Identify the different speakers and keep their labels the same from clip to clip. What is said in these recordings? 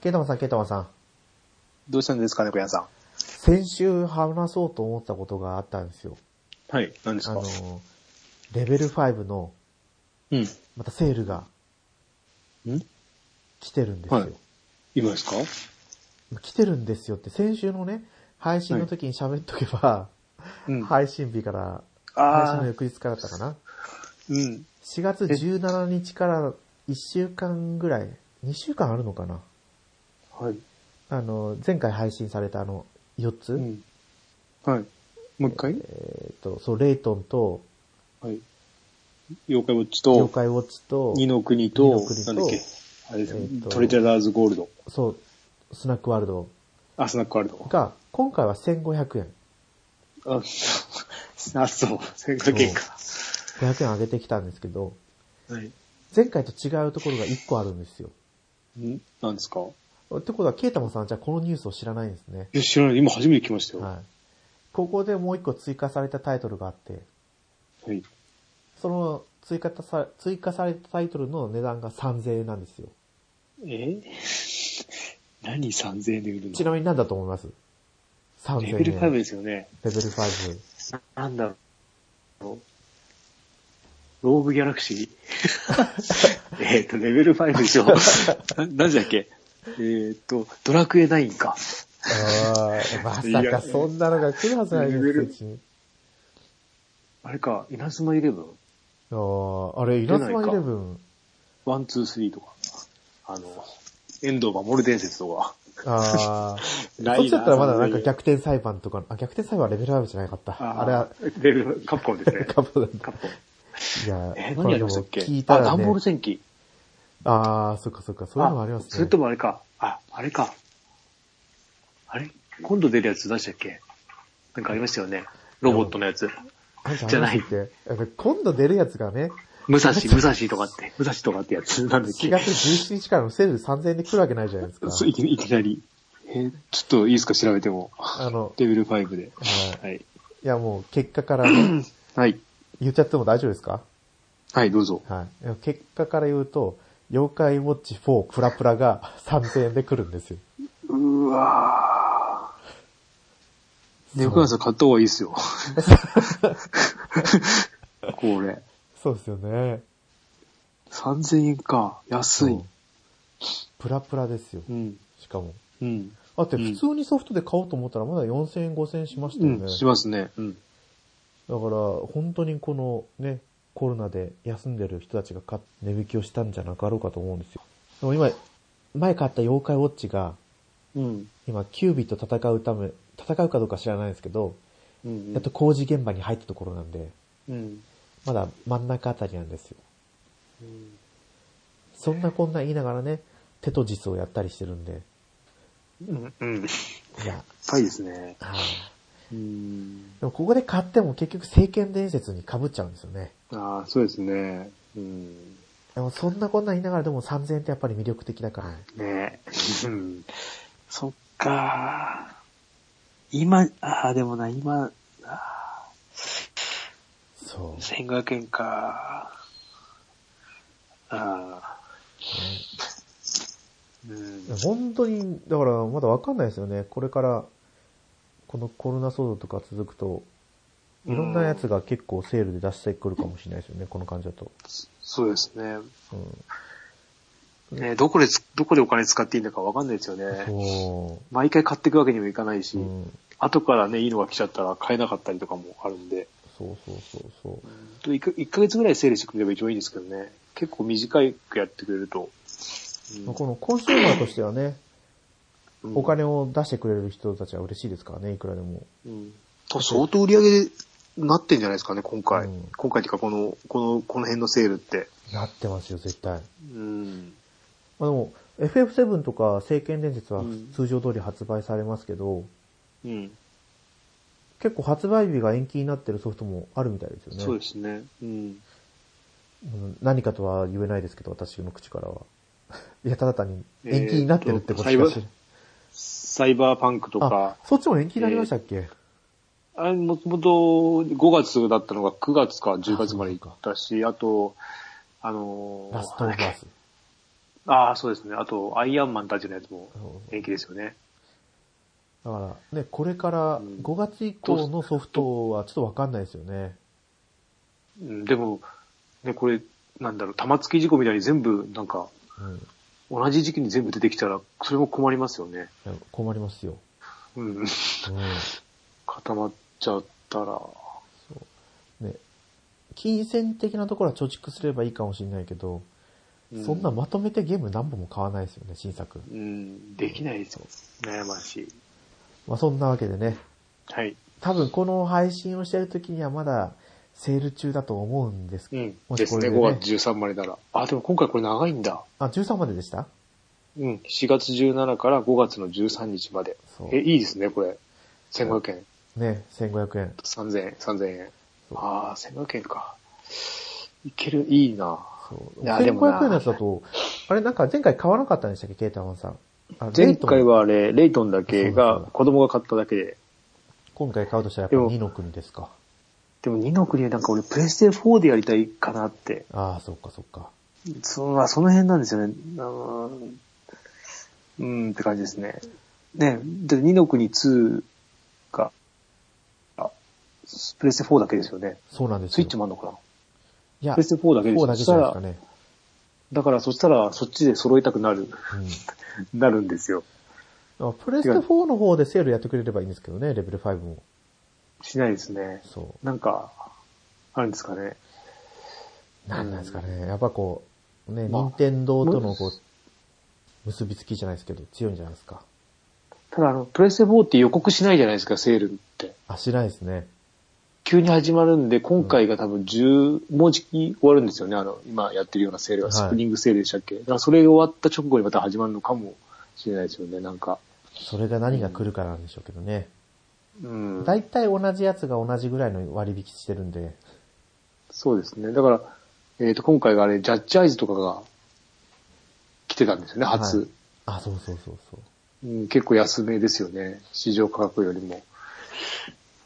Speaker 1: ケイタマンさん、ケイタマンさん。
Speaker 2: どうしたんですかね、小屋さ
Speaker 1: 先週話そうと思ったことがあったんですよ。
Speaker 2: ん。はい、何です
Speaker 1: あ
Speaker 2: か
Speaker 1: の、レベル5の、
Speaker 2: うん。
Speaker 1: またセールが
Speaker 2: ん
Speaker 1: 来てるんですよ。
Speaker 2: はい今ですか
Speaker 1: 来てるんですよって、先週のね、配信の時に喋っとけば、
Speaker 2: うん。い。
Speaker 1: 配信日から、配信
Speaker 2: あ
Speaker 1: の
Speaker 2: あ、
Speaker 1: 翌日からだったかな。
Speaker 2: うん。
Speaker 1: 4月17日から1週間ぐらい、2週間あるのかな。
Speaker 2: はい。
Speaker 1: あの、前回配信されたあの、4つ、
Speaker 2: うん。はい。もう一回
Speaker 1: えっと、そう、レイトンと、
Speaker 2: はい。妖怪ウォッチ
Speaker 1: 妖
Speaker 2: と、
Speaker 1: 怪ウォッチと、
Speaker 2: 二の国
Speaker 1: 二
Speaker 2: と
Speaker 1: の国、と
Speaker 2: なんだっけあれです
Speaker 1: えー
Speaker 2: ね
Speaker 1: と
Speaker 2: トレジャラーズゴールド。
Speaker 1: そう、スナックワールド
Speaker 2: あ、スナックワールド。
Speaker 1: が、今回は1500円。
Speaker 2: あ、あそう。戦火結果。
Speaker 1: 500円上げてきたんですけど、
Speaker 2: はい。
Speaker 1: 前回と違うところが1個あるんですよ。
Speaker 2: ん何ですか
Speaker 1: ってことは、ケイタマさんじゃあこのニュースを知らないんですね。
Speaker 2: いや、知らない。今初めて来ましたよ。は
Speaker 1: はい。ここでもう1個追加されたタイトルがあって、
Speaker 2: い。
Speaker 1: その追加さ、追加されたタイトルの値段が3000円なんですよ。
Speaker 2: え何3000円で売る
Speaker 1: ち
Speaker 2: の
Speaker 1: なみに何だと思います ?3000 円。
Speaker 2: レベル5ですよね。
Speaker 1: レベル5。
Speaker 2: なんだろう。ローブギャラクシー えっと、レベル5でしょ。 ななんだっけえっ、と、ドラクエ9か。
Speaker 1: あーまさかそんなのが来るはずない
Speaker 2: レ
Speaker 1: で
Speaker 2: ベル
Speaker 1: すよ、
Speaker 2: あれか、稲妻イレブン
Speaker 1: あーあれ、イラスマイレブン。
Speaker 2: ワン、ツー、スリーとか。あの、遠藤守伝説とか。
Speaker 1: ああ。
Speaker 2: な
Speaker 1: そっちだったらまだなんか
Speaker 2: 逆。
Speaker 1: 逆転裁判とかの、あ、逆転裁判はレベルアップじゃなかった。あ
Speaker 2: あ
Speaker 1: れ
Speaker 2: れ
Speaker 1: は
Speaker 2: は、、レベル、カップコンですね。
Speaker 1: カップだっ
Speaker 2: カップコン。
Speaker 1: た。いや、
Speaker 2: えー、
Speaker 1: これ
Speaker 2: 何ありましたっけ
Speaker 1: でも聞いた
Speaker 2: あ、
Speaker 1: ら、
Speaker 2: ダン
Speaker 1: ね
Speaker 2: ボール。戦記。
Speaker 1: ああ、そっかそっか、そういうのもありますね。
Speaker 2: それともあれか。あ、あれか。あれ今度出るやつ出したっけなんかありましたよね。ロボットのやつ。
Speaker 1: あんた
Speaker 2: じゃない
Speaker 1: 話してやっぱり今度出るやつが ね、
Speaker 2: 武蔵、武蔵とかって、武蔵とかってやつ なんだっ
Speaker 1: 4
Speaker 2: け
Speaker 1: 月17日からのセール3000円で来るわけないじゃないですか。
Speaker 2: そういきいきなり。えーちょっといいですか調べても。
Speaker 1: あの、
Speaker 2: レベル5で。
Speaker 1: はい
Speaker 2: はい。
Speaker 1: いやもう結果から ね
Speaker 2: はい。
Speaker 1: 言っちゃっても大丈夫ですか
Speaker 2: はい、どうぞ。
Speaker 1: はい。でも結果から言うと、妖怪ウォッチ4プラプラが3000円で来るんですよ。
Speaker 2: うわぁ。ネオクランさん買った方がいいです よ。これ。
Speaker 1: そうですよね。
Speaker 2: 3000円か。安い
Speaker 1: そう。プラプラですよ
Speaker 2: う。ん。
Speaker 1: しかも。
Speaker 2: うん。
Speaker 1: だって普通にソフトで買おうと思ったらまだ4000円5000円しました
Speaker 2: う
Speaker 1: よね。
Speaker 2: ん、しますね。うん。
Speaker 1: だから本当にこのね、コロナで休んでる人たちが買っ値引きをしたんじゃなかろうかと思うんですよ。でも今、前買った妖怪ウォッチが
Speaker 2: うん。
Speaker 1: 今キュービと戦うため、戦うかどうか知らないんですけど、
Speaker 2: うん
Speaker 1: やっと工事現場に入ったところなんで、
Speaker 2: うん。
Speaker 1: まだ真ん中あたりなんですよ。そんなこんな言いながらね、テトジスをやったりしてるんで、
Speaker 2: うん。うん。
Speaker 1: いや、
Speaker 2: 高いですね。
Speaker 1: はい
Speaker 2: うん。
Speaker 1: でもここで買っても結局聖剣伝説に被っちゃうんですよね。
Speaker 2: ああ、そうですね。うん。
Speaker 1: でもそんなこんな言いながらでも3000円ってやっぱり魅力的だから、
Speaker 2: ねえ。うん。そっかー今、ああ、でもな、今、あ
Speaker 1: そう
Speaker 2: ー。1500円かーあーうん。
Speaker 1: 本当に、だからまだわかんないですよね。これから、このコロナ騒動とか続くと、いろんなやつが結構セールで出してくるかもしれないですよね、この感じだと。
Speaker 2: そうですね。
Speaker 1: うん。
Speaker 2: ねどこでつ、どこでお金使っていいのかわかんないですよね。
Speaker 1: そ
Speaker 2: 毎回買っていくわけにもいかないし、
Speaker 1: う。うん。
Speaker 2: 後からね、いいのが来ちゃったら買えなかったりとかもあるんで。
Speaker 1: そうそうそうそう。
Speaker 2: 1ヶ月ぐらい整理してくれれば一番いいですけどね。結構短くやってくれると。
Speaker 1: まあこのコンシューマーとしてはね、
Speaker 2: うん
Speaker 1: お金を出してくれる人たちは嬉しいですからね、いくらでも。
Speaker 2: うん。多分相当売り上げなってんじゃないですかね、今回。
Speaker 1: うん
Speaker 2: 今回っていうか、この、この、この辺のセールって。
Speaker 1: なってますよ、絶対。
Speaker 2: うん。
Speaker 1: まあでも、FF7 とか聖剣伝説は
Speaker 2: うん
Speaker 1: 通常通り発売されますけど、
Speaker 2: うん。
Speaker 1: 結構発売日が延期になってるソフトもあるみたいですよね。
Speaker 2: そうですね。うん。
Speaker 1: うん何かとは言えないですけど、私の口からは。 いや、ただ単に延期になってるってことしか知ら
Speaker 2: サイバーパンクと
Speaker 1: あ
Speaker 2: か、、
Speaker 1: そっちも延期になりましたっけ、
Speaker 2: あれ、もともと5月だったのが9月か10月まで行ったし、あと、あのー
Speaker 1: ラストオブアース。
Speaker 2: ああ、そうですね。あと、アイアンマンたちのやつも
Speaker 1: そう
Speaker 2: 延期ですよね。
Speaker 1: だから、ね、これから
Speaker 2: うん
Speaker 1: 5月以降のソフトはちょっとわかんないですよね。
Speaker 2: うん、でも、ね、これ、なんだろう、玉突き事故みたいに全部、なんか、
Speaker 1: うん。
Speaker 2: 同じ時期に全部出てきたら、それも困りますよね。
Speaker 1: いや困りますよ。
Speaker 2: うん。
Speaker 1: う
Speaker 2: 固まっちゃったら、
Speaker 1: ん。ね。金銭的なところは貯蓄すればいいかもしれないけど、
Speaker 2: う
Speaker 1: そんなまとめてゲーム何本も買わないですよね、新作。
Speaker 2: うん、できないですよ。悩ましい。
Speaker 1: まあそんなわけでね、
Speaker 2: はい。
Speaker 1: 多分この配信をしてる時にはまだセール中だと思うんです。
Speaker 2: うん。
Speaker 1: も
Speaker 2: で
Speaker 1: し
Speaker 2: す
Speaker 1: こ
Speaker 2: ね、
Speaker 1: れでね
Speaker 2: 5月13までなら。あ、でも今回これ長いんだ。
Speaker 1: あ、13まででした
Speaker 2: うん。4月17から5月の13日まで
Speaker 1: そう。
Speaker 2: え、いいですね、これ。1500円。
Speaker 1: ね、1500円。
Speaker 2: 3000円、3000円。
Speaker 1: そう
Speaker 2: ああ、1500円か。いける、いいな。
Speaker 1: そう。
Speaker 2: いやでもな
Speaker 1: 1500円のやつだと、あれなんか前回買わなかったんでしたっけ、ケイタマンさん。あ
Speaker 2: 前回。
Speaker 1: レイトン
Speaker 2: はあれ、レイトンだけ
Speaker 1: そう
Speaker 2: が
Speaker 1: だそうだ、
Speaker 2: 子供が買っただけで。
Speaker 1: 今回買うとしたらやっぱ2の国ですか。
Speaker 2: でも2の国はなんか俺、プレステ4でやりたいかなって。
Speaker 1: ああ、そっかそっか。
Speaker 2: その、その辺なんですよね。あのうんって感じですね。ね、で、2の国2が、あ、プレステ4だけですよね。
Speaker 1: そうなんですよ。
Speaker 2: スイッチもあんのかない
Speaker 1: や、
Speaker 2: プレステ4だけです
Speaker 1: 4
Speaker 2: よ
Speaker 1: だけじゃないですかね。
Speaker 2: だからそしたらそっちで揃えたくなる、
Speaker 1: うん。
Speaker 2: なるんですよ。
Speaker 1: あプレステ4の方でセールやってくれればいいんですけどね、レベル5も。
Speaker 2: しないですね。
Speaker 1: そ
Speaker 2: なんか、あるんですかね。
Speaker 1: う。なんなんですかね。やっぱこう、ね、
Speaker 2: まあ
Speaker 1: 任天堂とのこう、結びつきじゃないですけど、強いんじゃないですか。
Speaker 2: ただあの、プレステ4って予告しないじゃないですか、セールって。
Speaker 1: あ、しないですね。
Speaker 2: 急に始まるんで、今回が多分10、もうじき終わるんですよね。あの、今やってるようなセールは、
Speaker 1: はい
Speaker 2: スプリングセールでしたっけ。だからそれが終わった直後にまた始まるのかもしれないですよね、なんか。
Speaker 1: それが何が来るかなんでしょうけどね。
Speaker 2: うん。
Speaker 1: 大体同じやつが同じぐらいの割引してるんで、
Speaker 2: そうですね。だから、えっ、と、今回があれ、ジャッジアイズとかが来てたんですよね、初。
Speaker 1: はいあ、そうそうそうそう。
Speaker 2: うん、結構安めですよね。市場価格よりも。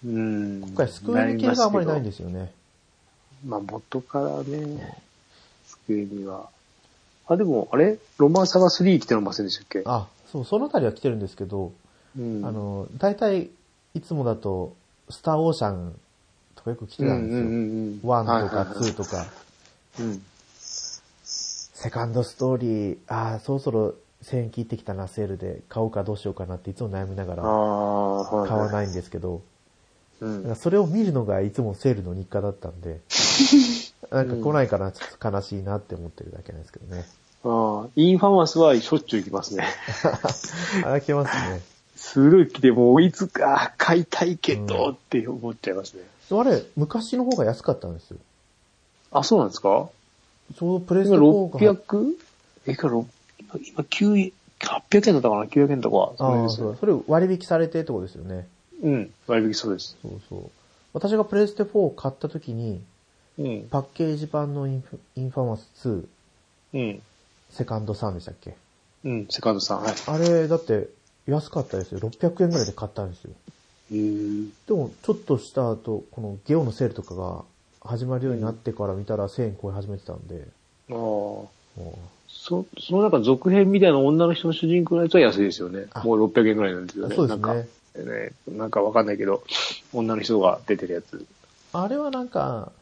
Speaker 2: うん。。
Speaker 1: 今回スクエニ系があんまりないんですすよね。
Speaker 2: まあ元からね、スクエニは。あ、でも、あれロマンサガ3来てませんでしたっけ
Speaker 1: あ、そう、そのあたりは来てるんですけど、
Speaker 2: うん。
Speaker 1: あの、大体、いつもだと、スターオーシャンとかよく来てたんですよ。
Speaker 2: ワ
Speaker 1: 1とか2
Speaker 2: ー
Speaker 1: とか、
Speaker 2: うん。
Speaker 1: セカンドストーリー、ああ、そろそろ1000円切ってきたな、セールで、買おうかどうしようかなっていつも悩みなが
Speaker 2: あ
Speaker 1: ら
Speaker 2: あ、はい。
Speaker 1: 買わ
Speaker 2: い。
Speaker 1: ないんですけど、
Speaker 2: う
Speaker 1: なんか
Speaker 2: ん。
Speaker 1: それを見るのがいつもセールの日課だったん で、なんか来ないかな、ちょっと悲しいなって思ってるだけなんですけどね。
Speaker 2: ああ、インファマスはしょっちゅう行きま すね。
Speaker 1: あ、来てますね。
Speaker 2: する気でもういつか買いたいけどって思っちゃいますね。
Speaker 1: でもあれ、昔の方が安かったんですよ。
Speaker 2: あ、そうなんですか
Speaker 1: ちょうどプレス
Speaker 2: 今
Speaker 1: テ4が。
Speaker 2: 600? え、今6今今9円、800円だったかな ?900 円とか。そ
Speaker 1: あ
Speaker 2: れ
Speaker 1: あ、
Speaker 2: です
Speaker 1: そ
Speaker 2: よ
Speaker 1: う。それ割引されてってことですよね。
Speaker 2: うん。割引そうです。
Speaker 1: そうそう。私がプレステ4を買った時に、
Speaker 2: うん。
Speaker 1: パッケージ版のインフインファマス2、
Speaker 2: うん。
Speaker 1: セカンド3でしたっけ
Speaker 2: うん。セカンドさん。はい。
Speaker 1: あれ、だって、安かったですよ。600円ぐらいで買ったんですよ。
Speaker 2: へー
Speaker 1: でも、ちょっとした後、このゲオのセールとかが始まるようになってから見たら1000円超え始めてたんで、
Speaker 2: ああ。
Speaker 1: も
Speaker 2: そ、その中続編みたいな女の人の主人公のやつは安いですよね
Speaker 1: あ。
Speaker 2: もう600円くらいなんですよ
Speaker 1: う
Speaker 2: ね。
Speaker 1: そうです
Speaker 2: なん
Speaker 1: ね
Speaker 2: か。、ね、なんかわかんないけど、女の人が出てるやつ。
Speaker 1: あれはなんか、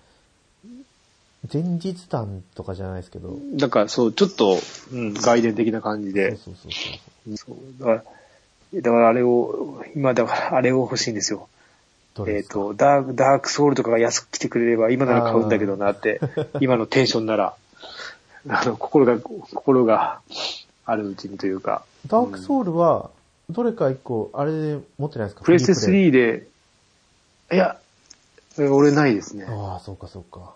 Speaker 1: 前日談とかじゃないですけど、
Speaker 2: なんかそう、ちょっと、うん、外伝的な感じ
Speaker 1: そう
Speaker 2: で。
Speaker 1: そうそうそう。
Speaker 2: そう。だから、だからあれを、今だからあれを欲しいんですよ。
Speaker 1: どれ
Speaker 2: え
Speaker 1: で
Speaker 2: っ、
Speaker 1: すか、
Speaker 2: と、ダーク、ダークソウルとかが安く来てくれれば、今なら買うんだけどなって、 今のテンションなら、あの、心が、心があるうちにというか、
Speaker 1: ダークソウルは、どれか一個、あれで持ってないですか
Speaker 2: プレステ
Speaker 1: リー
Speaker 2: 3で、いや、え俺ないですね
Speaker 1: プレ。イああ、そうかそうか。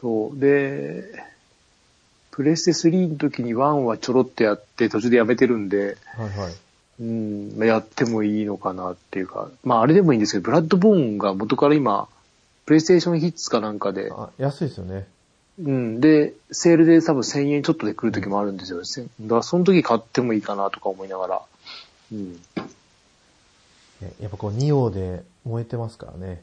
Speaker 2: そう。で、プレステ3の時に1はちょろっとやって、途中でやめてるんで、
Speaker 1: はいはい。
Speaker 2: うん、やってもいいのかなっていうか、まああれでもいいんですけど、ブラッドボーンが元から今、プレイステーションヒッツかなんかで、
Speaker 1: あ安いですよね。
Speaker 2: うん、で、セールで多分1000円ちょっとで来る時もあるんですよ。せんだからその時買ってもいいかなとか思いながら、うん、
Speaker 1: ねやっぱこう、2王で燃えてますからね。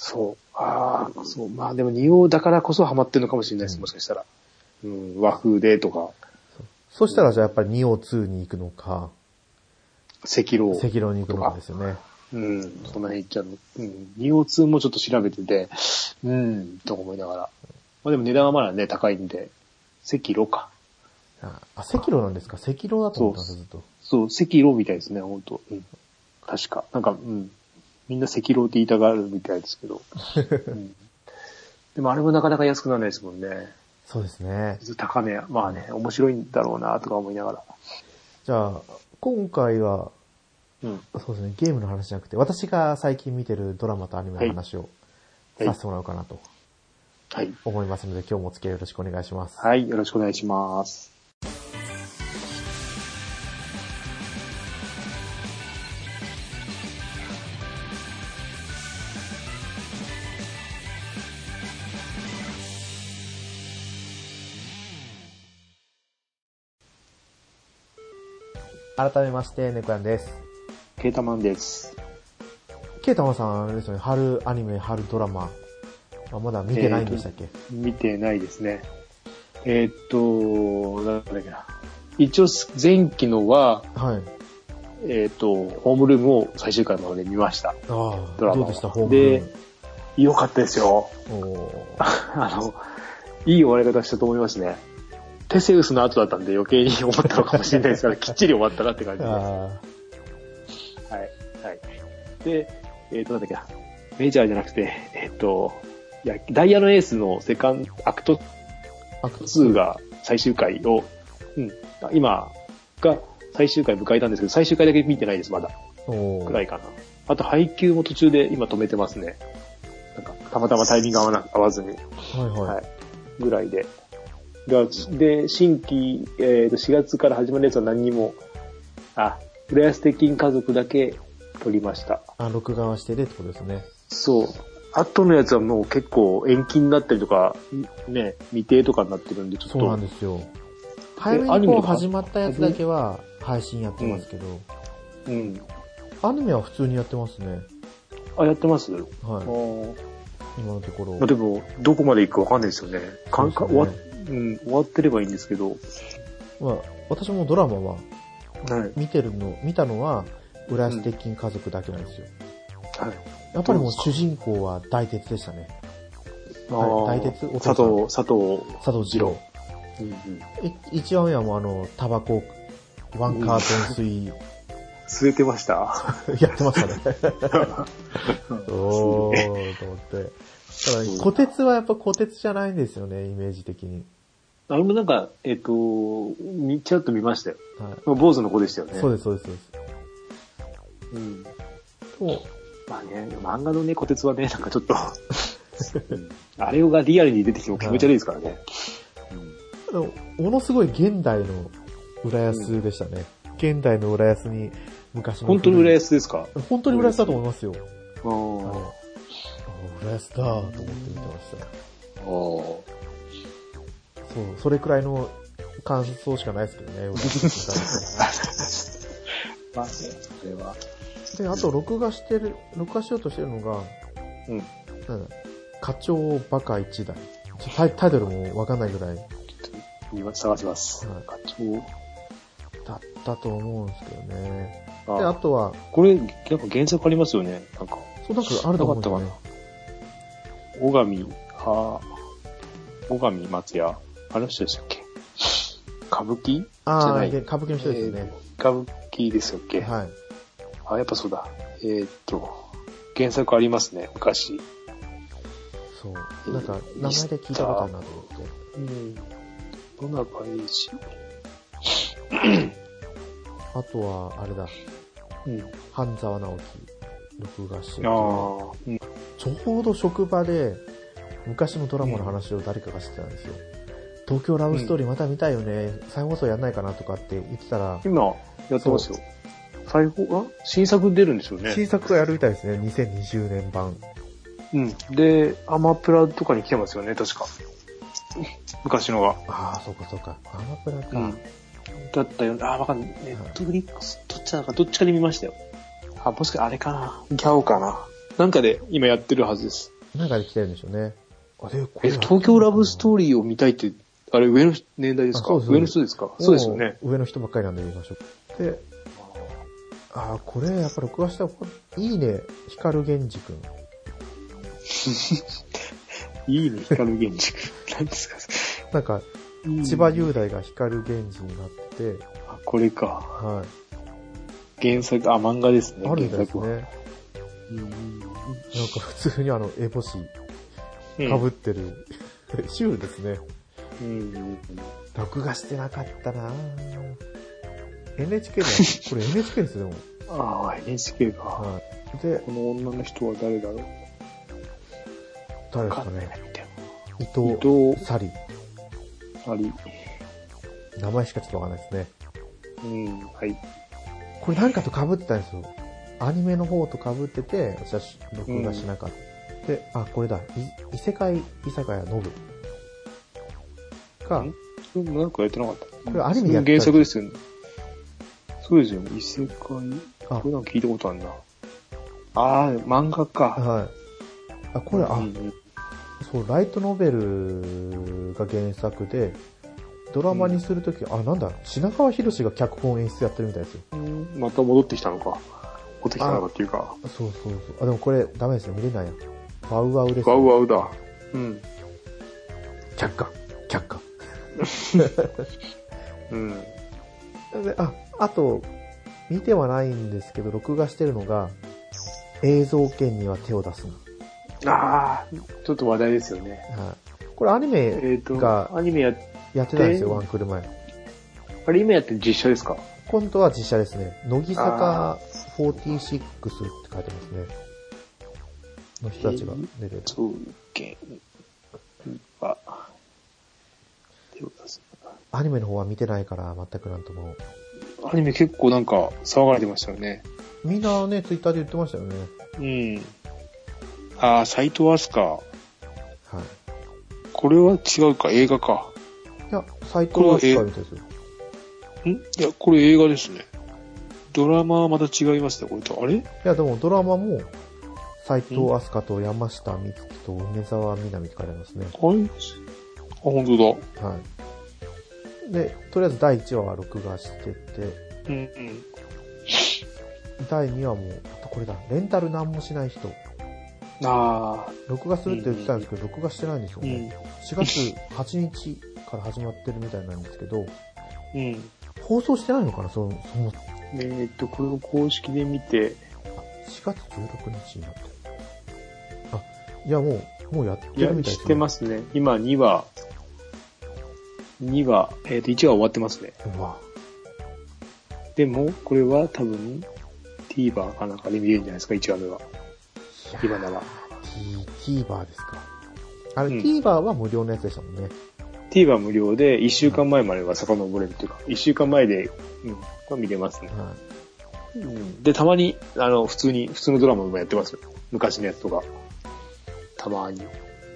Speaker 2: そう。ああ、そう。まあでも、仁王だからこそハマってるのかもしれないです、
Speaker 1: うん
Speaker 2: もしかしたら。うん、和風でとか。
Speaker 1: そしたらじゃあやっぱり202に行くのか、
Speaker 2: 赤狼。
Speaker 1: 赤狼に行くのかですよね。
Speaker 2: うん、その辺行っちゃうの。うん、202もちょっと調べてて、うん、と思いながら。まあでも値段はまだね、高いんで、赤色か。
Speaker 1: あ、あ赤狼なんですか赤狼だと思ったんですずっと。
Speaker 2: そう、赤色みたいですね、本当うん。確か。なんか、うん。みんな赤色って言いたがるみたいです けど。うん、でもあれもなかなか安くならないですもんね。
Speaker 1: そうですね。
Speaker 2: 高め、まあね、面白いんだろうな、とか思いながら。
Speaker 1: じゃあ、今回は、
Speaker 2: うん。
Speaker 1: そうですね、ゲームの話じゃなくて、私が最近見てるドラマとアニメの話を
Speaker 2: はい
Speaker 1: させてもらおうかなと
Speaker 2: はい。
Speaker 1: 思いますので、今日もお付き合いよろしくお願いします。
Speaker 2: はい、よろしくお願いします。
Speaker 1: 改めまして、猫やんです。
Speaker 2: ケータマンです。
Speaker 1: ケイタマさん、あれですよね、春アニメ、春ドラマ、あまだ見てないんでしたっけ、
Speaker 2: 見てないですね。えーっと、なんだっけな。一応、前期のは、
Speaker 1: はい。
Speaker 2: えーっと、ホームルームを最終回まで見ました。
Speaker 1: ああ、
Speaker 2: ドラ
Speaker 1: ど
Speaker 2: マは
Speaker 1: うでした、ホーム
Speaker 2: で良かったですよ。
Speaker 1: おー
Speaker 2: あの、いい終わり方したと思いますね。テセウスの後だったんで余計に思ったのかもしれないです から、きっちり終わったなって感じです。は
Speaker 1: あ
Speaker 2: い。はい。で、えっ、と、なんだっけな。メジャーじゃなくて、えっ、と、いや、ダイヤのエースのセカンド、アクト
Speaker 1: ーあと
Speaker 2: 2が最終回を、うん、今が最終回迎えたんですけど、最終回だけ見てないです、まだ。
Speaker 1: お
Speaker 2: く
Speaker 1: ー
Speaker 2: らいかな。あと、配給も途中で今止めてますね。なんか、たまたまタイミング合わな合わずに。
Speaker 1: はいはい。
Speaker 2: はい。ぐらいで。がで、新規、えーと、4月から始まるやつは何にも、あ、浦安鉄筋家族だけ撮りました。
Speaker 1: あ、録画はしてでってことですね。
Speaker 2: そう。後のやつはもう結構延期になったりとか、ね、未定とかになってるんで、ちょっと。
Speaker 1: そうなんですよ。早め
Speaker 2: ア
Speaker 1: に
Speaker 2: ニ
Speaker 1: こ
Speaker 2: メ
Speaker 1: う
Speaker 2: とか
Speaker 1: 始まったやつだけは配信やってますけど、
Speaker 2: うん。
Speaker 1: アニメは普通にやってますね。
Speaker 2: あ、やってますあ
Speaker 1: はい。
Speaker 2: ー
Speaker 1: 今のところ
Speaker 2: まあ、。でも、どこまで行くかわかんないですよね。かんか
Speaker 1: そう
Speaker 2: 終わ
Speaker 1: で
Speaker 2: うん、終わってればいいんですけど。
Speaker 1: まあ、私もドラマは
Speaker 2: はい。
Speaker 1: 見てるの、見たのは、浦安鉄筋家族だけなんですよ。
Speaker 2: はい。
Speaker 1: やっぱりもう主人公は大鉄でしたね。
Speaker 2: あ
Speaker 1: はい
Speaker 2: ー
Speaker 1: 大鉄お父さん
Speaker 2: 佐藤、佐
Speaker 1: 佐藤二郎。
Speaker 2: 藤。うんうん。
Speaker 1: い一番目はもうあの、タバコ、ワンカートン 水、
Speaker 2: 据えてました
Speaker 1: やってました ね。おー、と思って。ただ、小鉄はやっぱ小鉄じゃないんですよね、イメージ的に。
Speaker 2: あれもなんか、えっ、と、見ちゃっと見ましたよ。
Speaker 1: はい。
Speaker 2: 坊主の子でしたよね。
Speaker 1: そう
Speaker 2: う
Speaker 1: です、そうです、そうです。
Speaker 2: です。ん。
Speaker 1: でも
Speaker 2: まあね、漫画のね、小鉄はね、なんかちょ っとうん、あれがリアルに出てきても気持ち悪いですからね。
Speaker 1: あのものすごい現代の浦安でしたね。現代の浦安に昔の。
Speaker 2: 本当の浦。安ですか
Speaker 1: 本当に浦安だと思いますよ。
Speaker 2: あ
Speaker 1: あ
Speaker 2: ー
Speaker 1: のあ浦安だーと思って見てました。
Speaker 2: あー。
Speaker 1: そう、それくらいの感想しかないですけど ね、浦安
Speaker 2: まあね、それは。
Speaker 1: で、あと録画してる、録画しようとしてるのが、
Speaker 2: うん。
Speaker 1: なんだ課長バカ一台。ちょタイタイトルもわかんないぐらい
Speaker 2: 今探します。
Speaker 1: はい
Speaker 2: 課長
Speaker 1: だったと思うんですけどね。
Speaker 2: あ
Speaker 1: で、
Speaker 2: ー
Speaker 1: あとは、
Speaker 2: これ、なんか原作ありますよね。なんか、
Speaker 1: そう、なんかあると思うんですよね
Speaker 2: な。小上、は小上松也、あの人でしたっけ歌舞伎じゃ
Speaker 1: ああ
Speaker 2: な
Speaker 1: ー、
Speaker 2: い
Speaker 1: で歌舞伎の人ですよね。
Speaker 2: えー歌舞伎でしたっけ、
Speaker 1: はい。
Speaker 2: あ、やっぱそうだ。えーっと、原作ありますね、昔。
Speaker 1: そう。なんか、名前で聞いたことあるなと思って。
Speaker 2: うん。どんなページ
Speaker 1: あとは、あれだ、
Speaker 2: うん。
Speaker 1: 半沢直樹、録画してて
Speaker 2: ああ、うん。
Speaker 1: ちょうど職場で、昔のドラマの話を誰かがしてたんですよ。東京ラブストーリーまた見たいよね、再放送やんないかなとかって言ってたら、
Speaker 2: 今、やってますよ。最後、あ新作出るんですよ
Speaker 1: 新
Speaker 2: ね。
Speaker 1: 作がやるみたいですね、2020年版。
Speaker 2: うん。で、アマプラとかに来てますよね、確か。昔のが。
Speaker 1: ああ、そうかそうか。アマプラか。
Speaker 2: うん。だったよ。あ、わかんない。ネットフリックス、どっちだか、どっちかで見ましたよ。あ、もしか、あれかな。ギャオかな。なんかで、今やってるはずです。
Speaker 1: なんかで来てるんでしょうね。あれ、こ
Speaker 2: え、東京ラブストーリーを見たいってあれ、上の年代です
Speaker 1: あ
Speaker 2: か
Speaker 1: そうです
Speaker 2: 上の人ですかそうですよね。
Speaker 1: もう上の人ばっかりなんで見ましょう。で、ああ、これ、やっぱ録画した方がいいね、光源氏くん。
Speaker 2: いいね、光源氏。 何ですか
Speaker 1: なんか、千葉雄大が光源氏になってて、
Speaker 2: あこれか。
Speaker 1: は
Speaker 2: 原作、あ、漫画です
Speaker 1: い。
Speaker 2: ね。
Speaker 1: あるみたいで
Speaker 2: 原
Speaker 1: す
Speaker 2: 作
Speaker 1: ね。
Speaker 2: は。
Speaker 1: なん
Speaker 2: うん
Speaker 1: か普通にあの、エボシ
Speaker 2: うん
Speaker 1: 被ってる、シュールですね。
Speaker 2: うんうん
Speaker 1: 録画してなかったなぁ NHK だ。これ NHK ですよ、でも。
Speaker 2: ああ、NHK か。
Speaker 1: はい。で、
Speaker 2: この女の人は誰だろう
Speaker 1: 誰で
Speaker 2: わ
Speaker 1: すか
Speaker 2: かんない
Speaker 1: ね
Speaker 2: な。みたい
Speaker 1: 伊
Speaker 2: な。伊
Speaker 1: 藤、
Speaker 2: 藤
Speaker 1: サリ。
Speaker 2: あり。
Speaker 1: 名前しかちょっとわかんないですね。
Speaker 2: うん、はい。
Speaker 1: これなんかと被ってたんですよ。アニメの方と被ってて、私は録画しなかった。で、あ、これだ。い異世界、居酒屋ノブ。か
Speaker 2: ん、なんかやってなかった。
Speaker 1: これアニメでやってた
Speaker 2: 原作ですよね。そうですよね。異世界。
Speaker 1: あ
Speaker 2: これなんか聞いたことあるな。ああ、漫画か。
Speaker 1: はい。あ、これ、あ
Speaker 2: う、んうん
Speaker 1: そう、ライトノベルが原作で、ドラマにするとき、あ、なんだ、品川博士が脚本演出やってるみたいですよ。
Speaker 2: うんまた戻ってきたのか。戻ってきたのかっていうか。
Speaker 1: そうそうそう。あ、でもこれダメですよ。見れないや。ワウワウです、
Speaker 2: ワウワウだ。うん。
Speaker 1: 却下。却下。
Speaker 2: うん。
Speaker 1: であ、あと、見てはないんですけど、録画してるのが、映像権には手を出す
Speaker 2: ああ、ちょっと話題ですよね。
Speaker 1: な。はい。これアニメ
Speaker 2: えっ、
Speaker 1: が
Speaker 2: と、アニメや、
Speaker 1: やってたんですよ、
Speaker 2: えー
Speaker 1: ワンクール前。
Speaker 2: あれ今やってる実写ですか
Speaker 1: 今度は実写ですね。乃木坂
Speaker 2: あ
Speaker 1: 46って書いてますね。の人たちが出てる。
Speaker 2: そう、けは、手を出す
Speaker 1: アニメの方は見てないから、全くなんとも。
Speaker 2: アニメ結構なんか騒がれてましたよね。
Speaker 1: みんなね、ツイッターで言ってましたよね。
Speaker 2: うん。ああ、斎藤飛鳥。
Speaker 1: はい。
Speaker 2: これは違うか、映画か。
Speaker 1: いや、斎藤明日香みたいですよ。
Speaker 2: んいや、これ映画ですね。ドラマはまた違いますね、これと。あれ
Speaker 1: いや、でもドラマも、斎藤明日香と山下美月と梅沢みなみって書いてありますね。
Speaker 2: あれあ、本当だ。
Speaker 1: はい。で、とりあえず第1話は録画してて、
Speaker 2: うんうん。
Speaker 1: 第2話も、あとこれだ、レンタルなんもしない人。
Speaker 2: ああ、
Speaker 1: 録画するって言ってたんですけど、録画してないんですよ
Speaker 2: う
Speaker 1: ね
Speaker 2: ん。。
Speaker 1: 4月8日から始まってるみたいなんですけど、
Speaker 2: うん。
Speaker 1: 放送してないのかなその、その、
Speaker 2: えーっと、これを公式で見て、
Speaker 1: あ4月16日になってる。あ、いやもう、もうやってる
Speaker 2: いや、
Speaker 1: みたいですね。。
Speaker 2: 知ってますすね。今2話、2話、えっ、と、1話終わってますね。
Speaker 1: うわ。
Speaker 2: でも、これは多分、TVer かなんかで見れるんじゃないですか、1話目は。今なら。
Speaker 1: T- TVer ですか。あれ、
Speaker 2: うん
Speaker 1: TVer は無料のやつでしたもんね。
Speaker 2: TVer 無料で、1週間前までは遡れるっていうか、1週間前で、うん、は見れますね。
Speaker 1: は
Speaker 2: うん、で、たまに、あの、普通に、普通のドラマもやってますよ。昔のやつとか。たまに。
Speaker 1: い。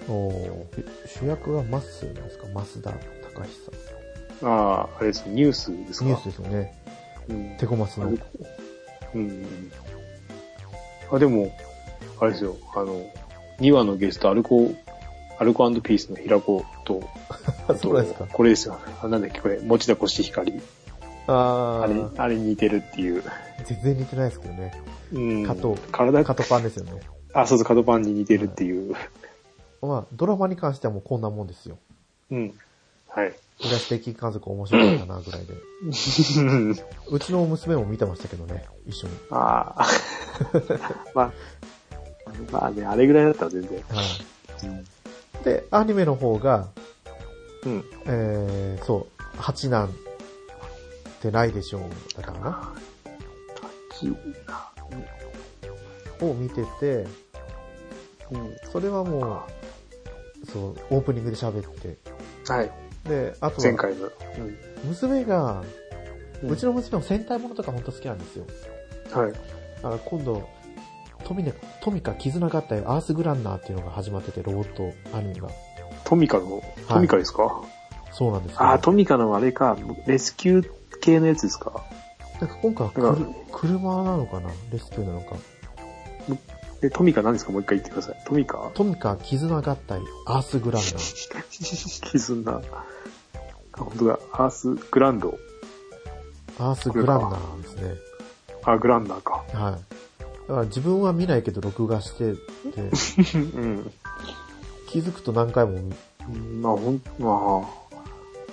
Speaker 1: おー主役はマッスーなんですか増田隆久。
Speaker 2: ああ、あれですね、ニュースですか。
Speaker 1: ニュースですよね。
Speaker 2: うん
Speaker 1: テコマスの。
Speaker 2: うん。あ、でも、あれですよ、あの、2話のゲスト、アルコ、アルコピースの平子と、あと
Speaker 1: そうなんですか。
Speaker 2: これですよ。あなんだっけ、これ、持田コシヒカリ。
Speaker 1: あ
Speaker 2: あれ、
Speaker 1: ー、
Speaker 2: あれに似てるっていう。
Speaker 1: 全然似てないですけどね。
Speaker 2: うん。
Speaker 1: 加藤
Speaker 2: 体
Speaker 1: カトパンですよね。
Speaker 2: あ、そうそう、カトパンに似てるっていう。
Speaker 1: まあ、ドラマに関してはもうこんなもんですよ。
Speaker 2: うん。はい。
Speaker 1: 浦安鉄筋家族面白かったな、ぐらいで。うちの娘も見てましたけどね、一緒に。
Speaker 2: ああ。 まあ、まあね、あれぐらいだったら全然。
Speaker 1: はい。で、アニメの方が、
Speaker 2: うん。
Speaker 1: えー、そう、八なんてないでしょう、だったかなを見てて、
Speaker 2: うん。
Speaker 1: それはもう、そう、オープニングで喋って。
Speaker 2: はい。
Speaker 1: で、あと
Speaker 2: 前
Speaker 1: は、
Speaker 2: 回の。
Speaker 1: 娘が、
Speaker 2: うん
Speaker 1: うちの娘も戦隊ものとかほんと好きなんですよ。
Speaker 2: はい。
Speaker 1: だから今度、トミネトミカ絆合体アースグランナーっていうのが始まってて、ロボットアニメが。
Speaker 2: トミカの、トミカですか、
Speaker 1: そうなんですよ、
Speaker 2: ああ、トミカのあれか、レスキュー系のやつですか。
Speaker 1: なんか今回はく
Speaker 2: な
Speaker 1: る
Speaker 2: んか
Speaker 1: 車なのかなレスキューなのか。
Speaker 2: え、トミカ何ですかもう一回言ってください。トミカ
Speaker 1: トミカ絆合体アースグランナー。
Speaker 2: 絆。あ、本当だ。アースグランド。
Speaker 1: アースグランナーですね。
Speaker 2: あ、グランナーか。
Speaker 1: はい。だから自分は見ないけど録画してて、
Speaker 2: うん。
Speaker 1: 気づくと何回も見
Speaker 2: まあ、ほん、まあ、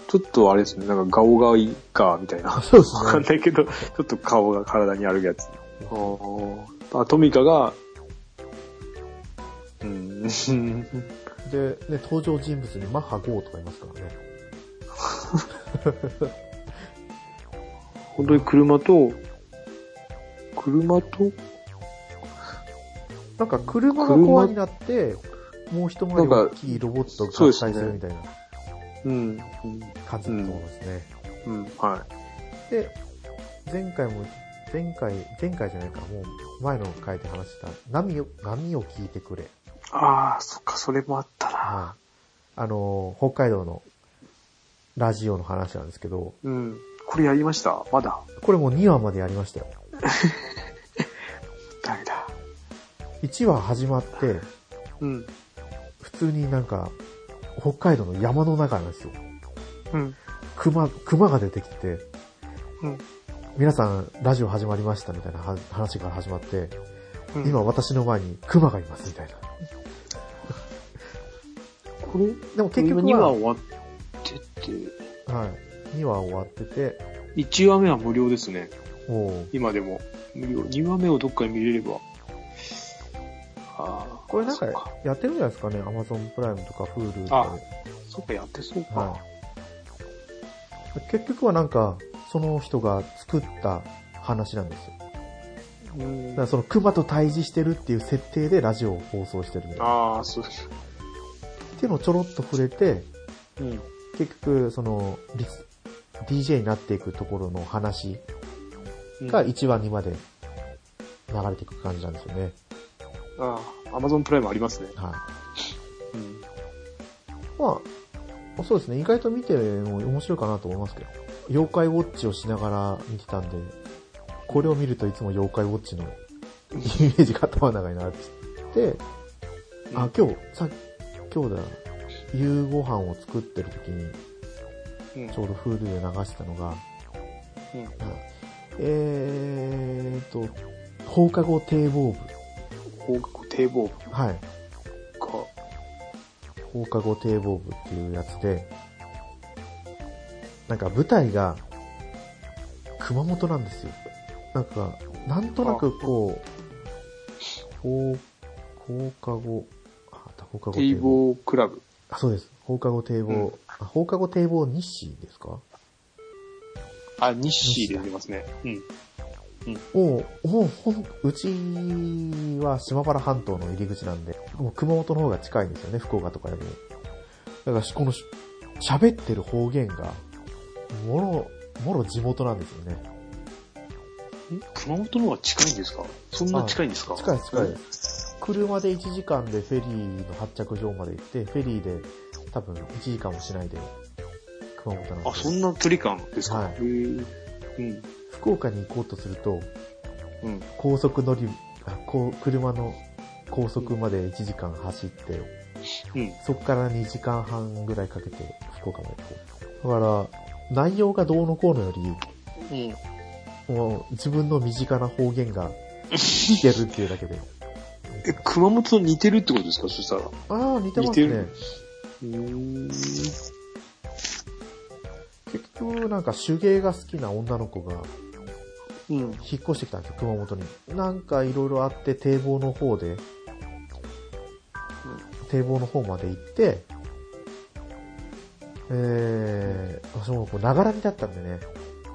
Speaker 2: ちょっとあれですね、なんか顔がいいか、みたいな。
Speaker 1: そうですね
Speaker 2: わかんないけど、ちょっと顔が体にあるやつ。ああ、トミカが、うん、
Speaker 1: で、ね、登場人物にマッハ5とかいますからね。
Speaker 2: 本当に車と、車と、
Speaker 1: なんか車がコアになって、もう一回り
Speaker 2: なん
Speaker 1: 大
Speaker 2: か
Speaker 1: きいロボット
Speaker 2: そ
Speaker 1: が
Speaker 2: うですね
Speaker 1: 対するみたいな
Speaker 2: うん、
Speaker 1: 感じだと思いますね。
Speaker 2: うん、は
Speaker 1: で、前回も、前回、前回じゃないか、もう前の回で話した、波を、波を聞いてくれ。
Speaker 2: い。ああ、そっか、それもあったな。
Speaker 1: はい。あのー、北海道のラジオの話なんですけど、
Speaker 2: うん。これやりましたまだ。
Speaker 1: これもう2話までやりましたよ。
Speaker 2: ダメだ。
Speaker 1: 1話始まって、
Speaker 2: うん、
Speaker 1: 普通になんか、北海道の山の中なんですよ。
Speaker 2: うん、
Speaker 1: 熊、熊が出てきて、
Speaker 2: うん、
Speaker 1: 皆さん、ラジオ始まりましたみたいなは話から始まって、
Speaker 2: うん。
Speaker 1: 今私の前に熊がいますみたいな。
Speaker 2: これ、
Speaker 1: でも結局
Speaker 2: 今2話
Speaker 1: は、
Speaker 2: 終わってて、
Speaker 1: はい、2話終わってて、
Speaker 2: 1話目は無料ですね。
Speaker 1: もう、
Speaker 2: 今でも。無料。2話目をどっかに見れれば。ああ。
Speaker 1: これなんか
Speaker 2: そっか、
Speaker 1: やってるんじゃないですかね、Amazon プライムとか Hulu とか
Speaker 2: そっかやってそう
Speaker 1: で。
Speaker 2: か。
Speaker 1: はい。結局はなんか、その人が作った話なんですよ。
Speaker 2: うん
Speaker 1: だからその熊と対峙してるっていう設定でラジオを放送してるみたいな。
Speaker 2: ああ、そうです。
Speaker 1: っていうのをちょろっと触れて、
Speaker 2: うん。
Speaker 1: 結局、その、リス DJ になっていくところの話が1話2話で流れていく感じなんですよね。
Speaker 2: ああ、アマゾンプライムありますね。
Speaker 1: はい。
Speaker 2: うん。
Speaker 1: まあ、そうですね、意外と見ても面白いかなと思いますけど。妖怪ウォッチをしながら見てたんで、これを見るといつも妖怪ウォッチの イメージが頭の中になって、あ、今日、さ今日だ、夕ご飯を作ってる時に、
Speaker 2: うん、
Speaker 1: ちょうど Hulu で流してたのが、
Speaker 2: うん。
Speaker 1: えーと、放課後堤防部。
Speaker 2: 放課後堤防部
Speaker 1: はい。
Speaker 2: か。
Speaker 1: 放課後堤防部っていうやつで、なんか舞台が熊本なんですよ。なんか、なんとなくこう、放放課後、あ、放課後
Speaker 2: 堤
Speaker 1: 堤防。
Speaker 2: 防クラブ。
Speaker 1: あ、そうです。放課後堤防、
Speaker 2: うん
Speaker 1: あ放課後堤防日誌ですか
Speaker 2: あ、日誌でやりますね。うん。
Speaker 1: もう、もうほん、うちは島原半島の入り口なんで、もう熊本の方が近いんですよね、福岡とかよりも。だからし、このし、喋ってる方言が、もろ、もろ地元なんですよね。
Speaker 2: ん熊本の方が近いんですかそんな近いんですか
Speaker 1: 近い近いで。す。車で1時間でフェリーの発着場まで行って、フェリーで多分1時間もしないで、熊本なん
Speaker 2: あ、
Speaker 1: です
Speaker 2: そ
Speaker 1: よ
Speaker 2: んな距離感ですか、
Speaker 1: はい
Speaker 2: へーうん。
Speaker 1: 福岡に行こうとすると、
Speaker 2: うん。
Speaker 1: 高速乗り、あこう車の高速まで1時間走って、
Speaker 2: うん。
Speaker 1: そこから2時間半ぐらいかけて福岡まで行こう。だから、内容がどうのこうのより、
Speaker 2: うん。
Speaker 1: もう自分の身近な方言が聞けるっていうだけで。
Speaker 2: え、熊本と似てるってことですかそしたら。う
Speaker 1: ああ、似てます
Speaker 2: 似て
Speaker 1: ね
Speaker 2: る。ーん。
Speaker 1: 結局、なんか手芸が好きな女の子が
Speaker 2: うん。
Speaker 1: 引っ越してきたんですよ、熊本に。なんかいろいろあって堤防の方で、堤防の方まで行って、えー、私もこう、ながらみだったんでね、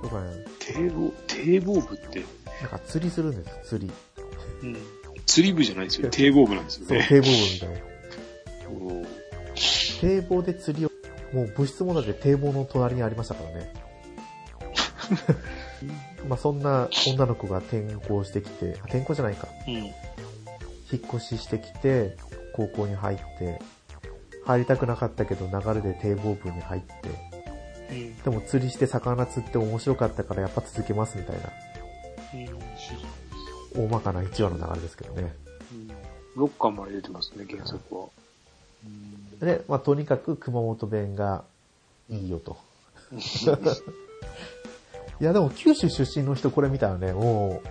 Speaker 1: 僕はね、
Speaker 2: 堤防、堤防部って、
Speaker 1: なんか釣りするんです、釣り。
Speaker 2: うん。釣り部じゃないんですよ。堤防部なんですよ
Speaker 1: そう、
Speaker 2: ね。
Speaker 1: 堤防部みたいな。
Speaker 2: おー
Speaker 1: 堤防で釣りを、もう物質もだって堤防の隣にありましたからね。まあそんな女の子が転校してきて、あ転校じゃないか。
Speaker 2: うん。
Speaker 1: 引っ越ししてきて、高校に入って、入りたくなかったけど流れで堤防部に入って、
Speaker 2: うん。
Speaker 1: でも釣りして魚釣って面白かったからやっぱ続けますみたいな、大まかな1話の流れですけどね。
Speaker 2: うん。ロッカーまで出てますね、原作は。う ん
Speaker 1: で、まあとにかく熊本弁がいいよと。いや、でも九州出身の人これ見たらね、も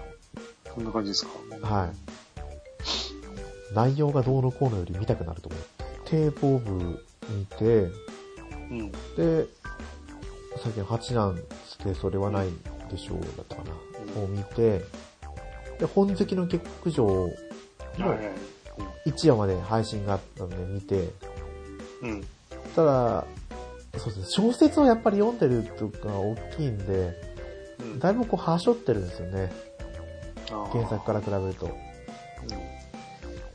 Speaker 2: こんな感じですか
Speaker 1: う、はい。内容がどうのこうのより見たくなると思う。堤防部見て、
Speaker 2: うん。
Speaker 1: で、最近八なんつってそれはないでしょうだったかな。を見て、で、本好きの結局上、
Speaker 2: はいはい。
Speaker 1: 一夜まで配信があったんで見て、
Speaker 2: うん。
Speaker 1: ただ、そうですね、小説をやっぱり読んでるとか大きいんで、
Speaker 2: うん
Speaker 1: だいぶこう、はしょってるんですよね。原作から比べると。
Speaker 2: ら。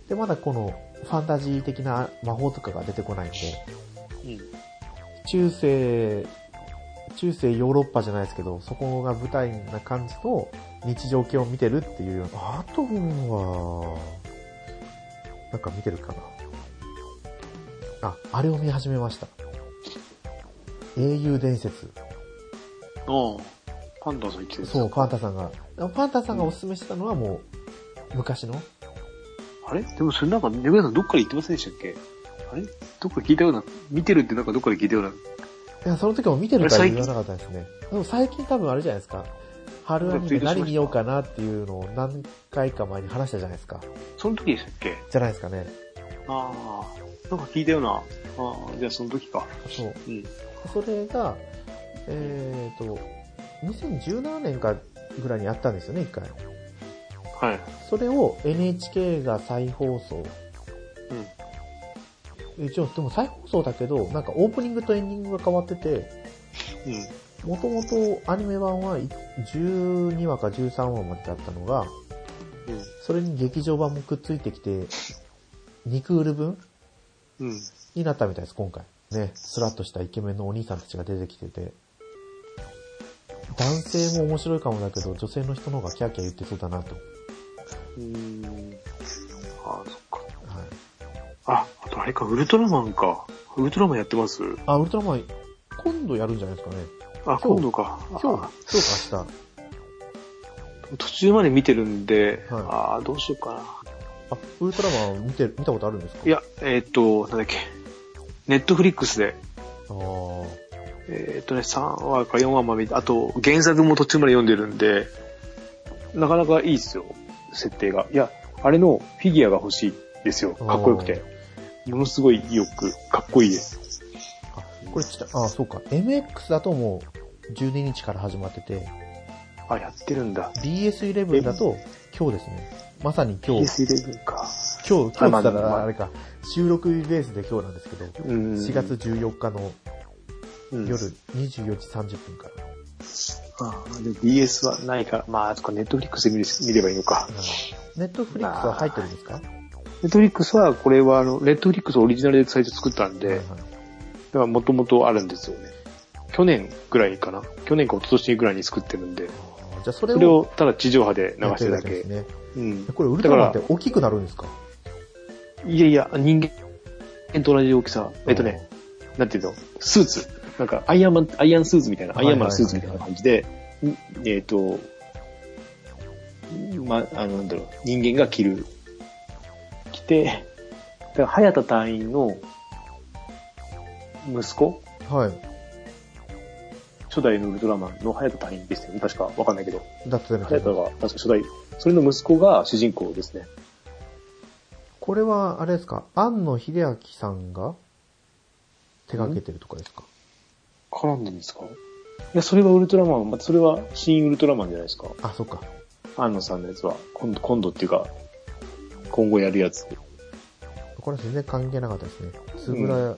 Speaker 1: で、まだこの、ファンタジー的な魔法とかが出てこないんで、
Speaker 2: うん。
Speaker 1: 中世、中世ヨーロッパじゃないですけど、そこが舞台な感じと、日常系を見てるっていうような。あとは、なんか見てるかな。あ、あれを見始めました。英雄伝説。
Speaker 2: ああ。パンダさん生きてる
Speaker 1: そう、パンタさんが。でもパンタさんがおすすめしてたのはもう、昔の
Speaker 2: あれでもそれなんか、ネブさんどっから言ってませんでしたっけあれどっか聞いたような、見てるってなんかどっかで聞いたような。
Speaker 1: いや、その時も見てるから
Speaker 2: あれ
Speaker 1: 言わなかったですね。でも最近多分あれじゃないですか。春アニメ何見ようかなっていうのを何回か前に話したじゃないですか。
Speaker 2: その時でしたっけ
Speaker 1: じゃないですかね。
Speaker 2: ああ。なんか聞いたような。ああ、じゃあその時か。
Speaker 1: そう。
Speaker 2: うん。
Speaker 1: それが、えっ、と、2017年かぐらいにやったんですよね、一回。
Speaker 2: はい。
Speaker 1: それを NHK が再放送。
Speaker 2: うん。
Speaker 1: 一応、でも再放送だけど、なんかオープニングとエンディングが変わってて、
Speaker 2: うん。
Speaker 1: もともとアニメ版は12話か13話までだったのが、それに劇場版もくっついてきて、2クール分
Speaker 2: うん。うん。
Speaker 1: になったみたいです、今回。ね、スラッとしたイケメンのお兄さんたちが出てきてて。男性も面白いかもだけど、女性の人の方がキャーキャー言ってそうだなと。は
Speaker 2: うん。ああ、そっか。
Speaker 1: い。
Speaker 2: あ、あとあれか、ウルトラマンか。ウルトラマンやってます
Speaker 1: あ、ウルトラマン、今度やるんじゃないですかね。今
Speaker 2: あ、
Speaker 1: 日
Speaker 2: 今度か。
Speaker 1: 今日、今日か明日。
Speaker 2: あ途中まで見てるんで、
Speaker 1: はい
Speaker 2: ああ、どうしようか
Speaker 1: あ、ウルトラマン見て、見たことあるんですか
Speaker 2: な。いや、えーっと、なんだっけ。ネットフリックスで、
Speaker 1: あー
Speaker 2: えーっとね、3話か4話まで見て、あと原作も途中まで読んでるんで、なかなかいいですよ、設定が。いや、あれのフィギュアが欲しいですよ。かっこよくて。ものすごいよく、かっこいいです。
Speaker 1: あ、これちょっと、あ、そうか。MX だともう12日から始まってて、
Speaker 2: あ、やってるんだ。
Speaker 1: BS11 だと今日ですね。まさに今日。
Speaker 2: PS11 か。
Speaker 1: 今日、今日って言った
Speaker 2: あまあま
Speaker 1: ら
Speaker 2: あ
Speaker 1: あれか、収録ベースで今日なんですけど、
Speaker 2: うん
Speaker 1: 4月14日の
Speaker 2: うん
Speaker 1: 夜24時30分から。
Speaker 2: ああ、でも BS はないから、まあ、とかネットフリックスで見る見ればいいのか。
Speaker 1: ネットフリックスは入ってるんですか、
Speaker 2: ネットフリックスは、これは、あの、ネットフリックスオリジナルでサイト作ったん
Speaker 1: はい
Speaker 2: で
Speaker 1: はい、
Speaker 2: だからもともとあるんですよね。去年ぐらいかな。去年か一昨年ぐらいに作ってるん
Speaker 1: あ
Speaker 2: で、
Speaker 1: ーじゃあそれ
Speaker 2: それ
Speaker 1: を
Speaker 2: をただ地上波で流
Speaker 1: やっ
Speaker 2: して
Speaker 1: てる
Speaker 2: るだ
Speaker 1: だけ
Speaker 2: け。
Speaker 1: ですね。
Speaker 2: うん。
Speaker 1: これウルトラマンって大きくなるんですか
Speaker 2: いやいや、人間と同じ大きさ。えっとね、なんていうの、スーツ。なんか、アイアンマン、アイアンスーツみたいな、
Speaker 1: は
Speaker 2: ア
Speaker 1: い
Speaker 2: イ
Speaker 1: は
Speaker 2: ア
Speaker 1: い
Speaker 2: ン
Speaker 1: はい
Speaker 2: マ
Speaker 1: は
Speaker 2: ン
Speaker 1: い
Speaker 2: のスーツみたいな感じで、んえっ、と、んま、あの、なんだろう、人間が着る。着て、だから、早田隊員の息子
Speaker 1: はい。
Speaker 2: 初代のウルトラマンの早田隊員ですよね。確か、わかんないけど。
Speaker 1: だってみた
Speaker 2: 早
Speaker 1: い
Speaker 2: 田
Speaker 1: な。
Speaker 2: が、確か初代、それの息子が主人公ですね。
Speaker 1: これは、あれですか、庵野秀明さんが手掛けてるとかですか
Speaker 2: 絡んでるんですかいや、それはウルトラマン、まそれは新ウルトラマンじゃないですか。
Speaker 1: あ、そっか。
Speaker 2: 安野さんのやつは、今度、今度っていうか、今後やるやつ。
Speaker 1: これは全然関係なかったですね。つぶら、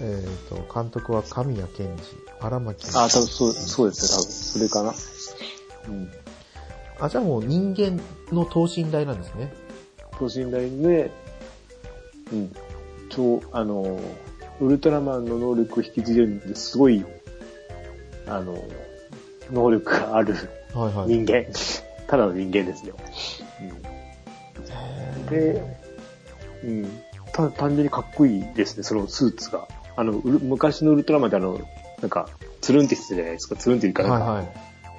Speaker 1: えっ、と、監督は神谷健二、荒牧。
Speaker 2: あ、多分そう、そうですね、多分。それかな。うん。
Speaker 1: あ、じゃあもう人間の等身大なんですね。
Speaker 2: 等身大で、うん。超、あの、ウルトラマンの能力を引き継いでるんで、すごい、あの、能力がある
Speaker 1: はいはい。
Speaker 2: 人間。 ただの人間ですよ。うん、で、うん。た単純にかっこいいですね、そのスーツが。あの、ウル昔のウルトラマンってあの、なんか、つるんってしてたじゃないですか、つるんっていうか、な
Speaker 1: は
Speaker 2: ん
Speaker 1: い
Speaker 2: か、
Speaker 1: はい。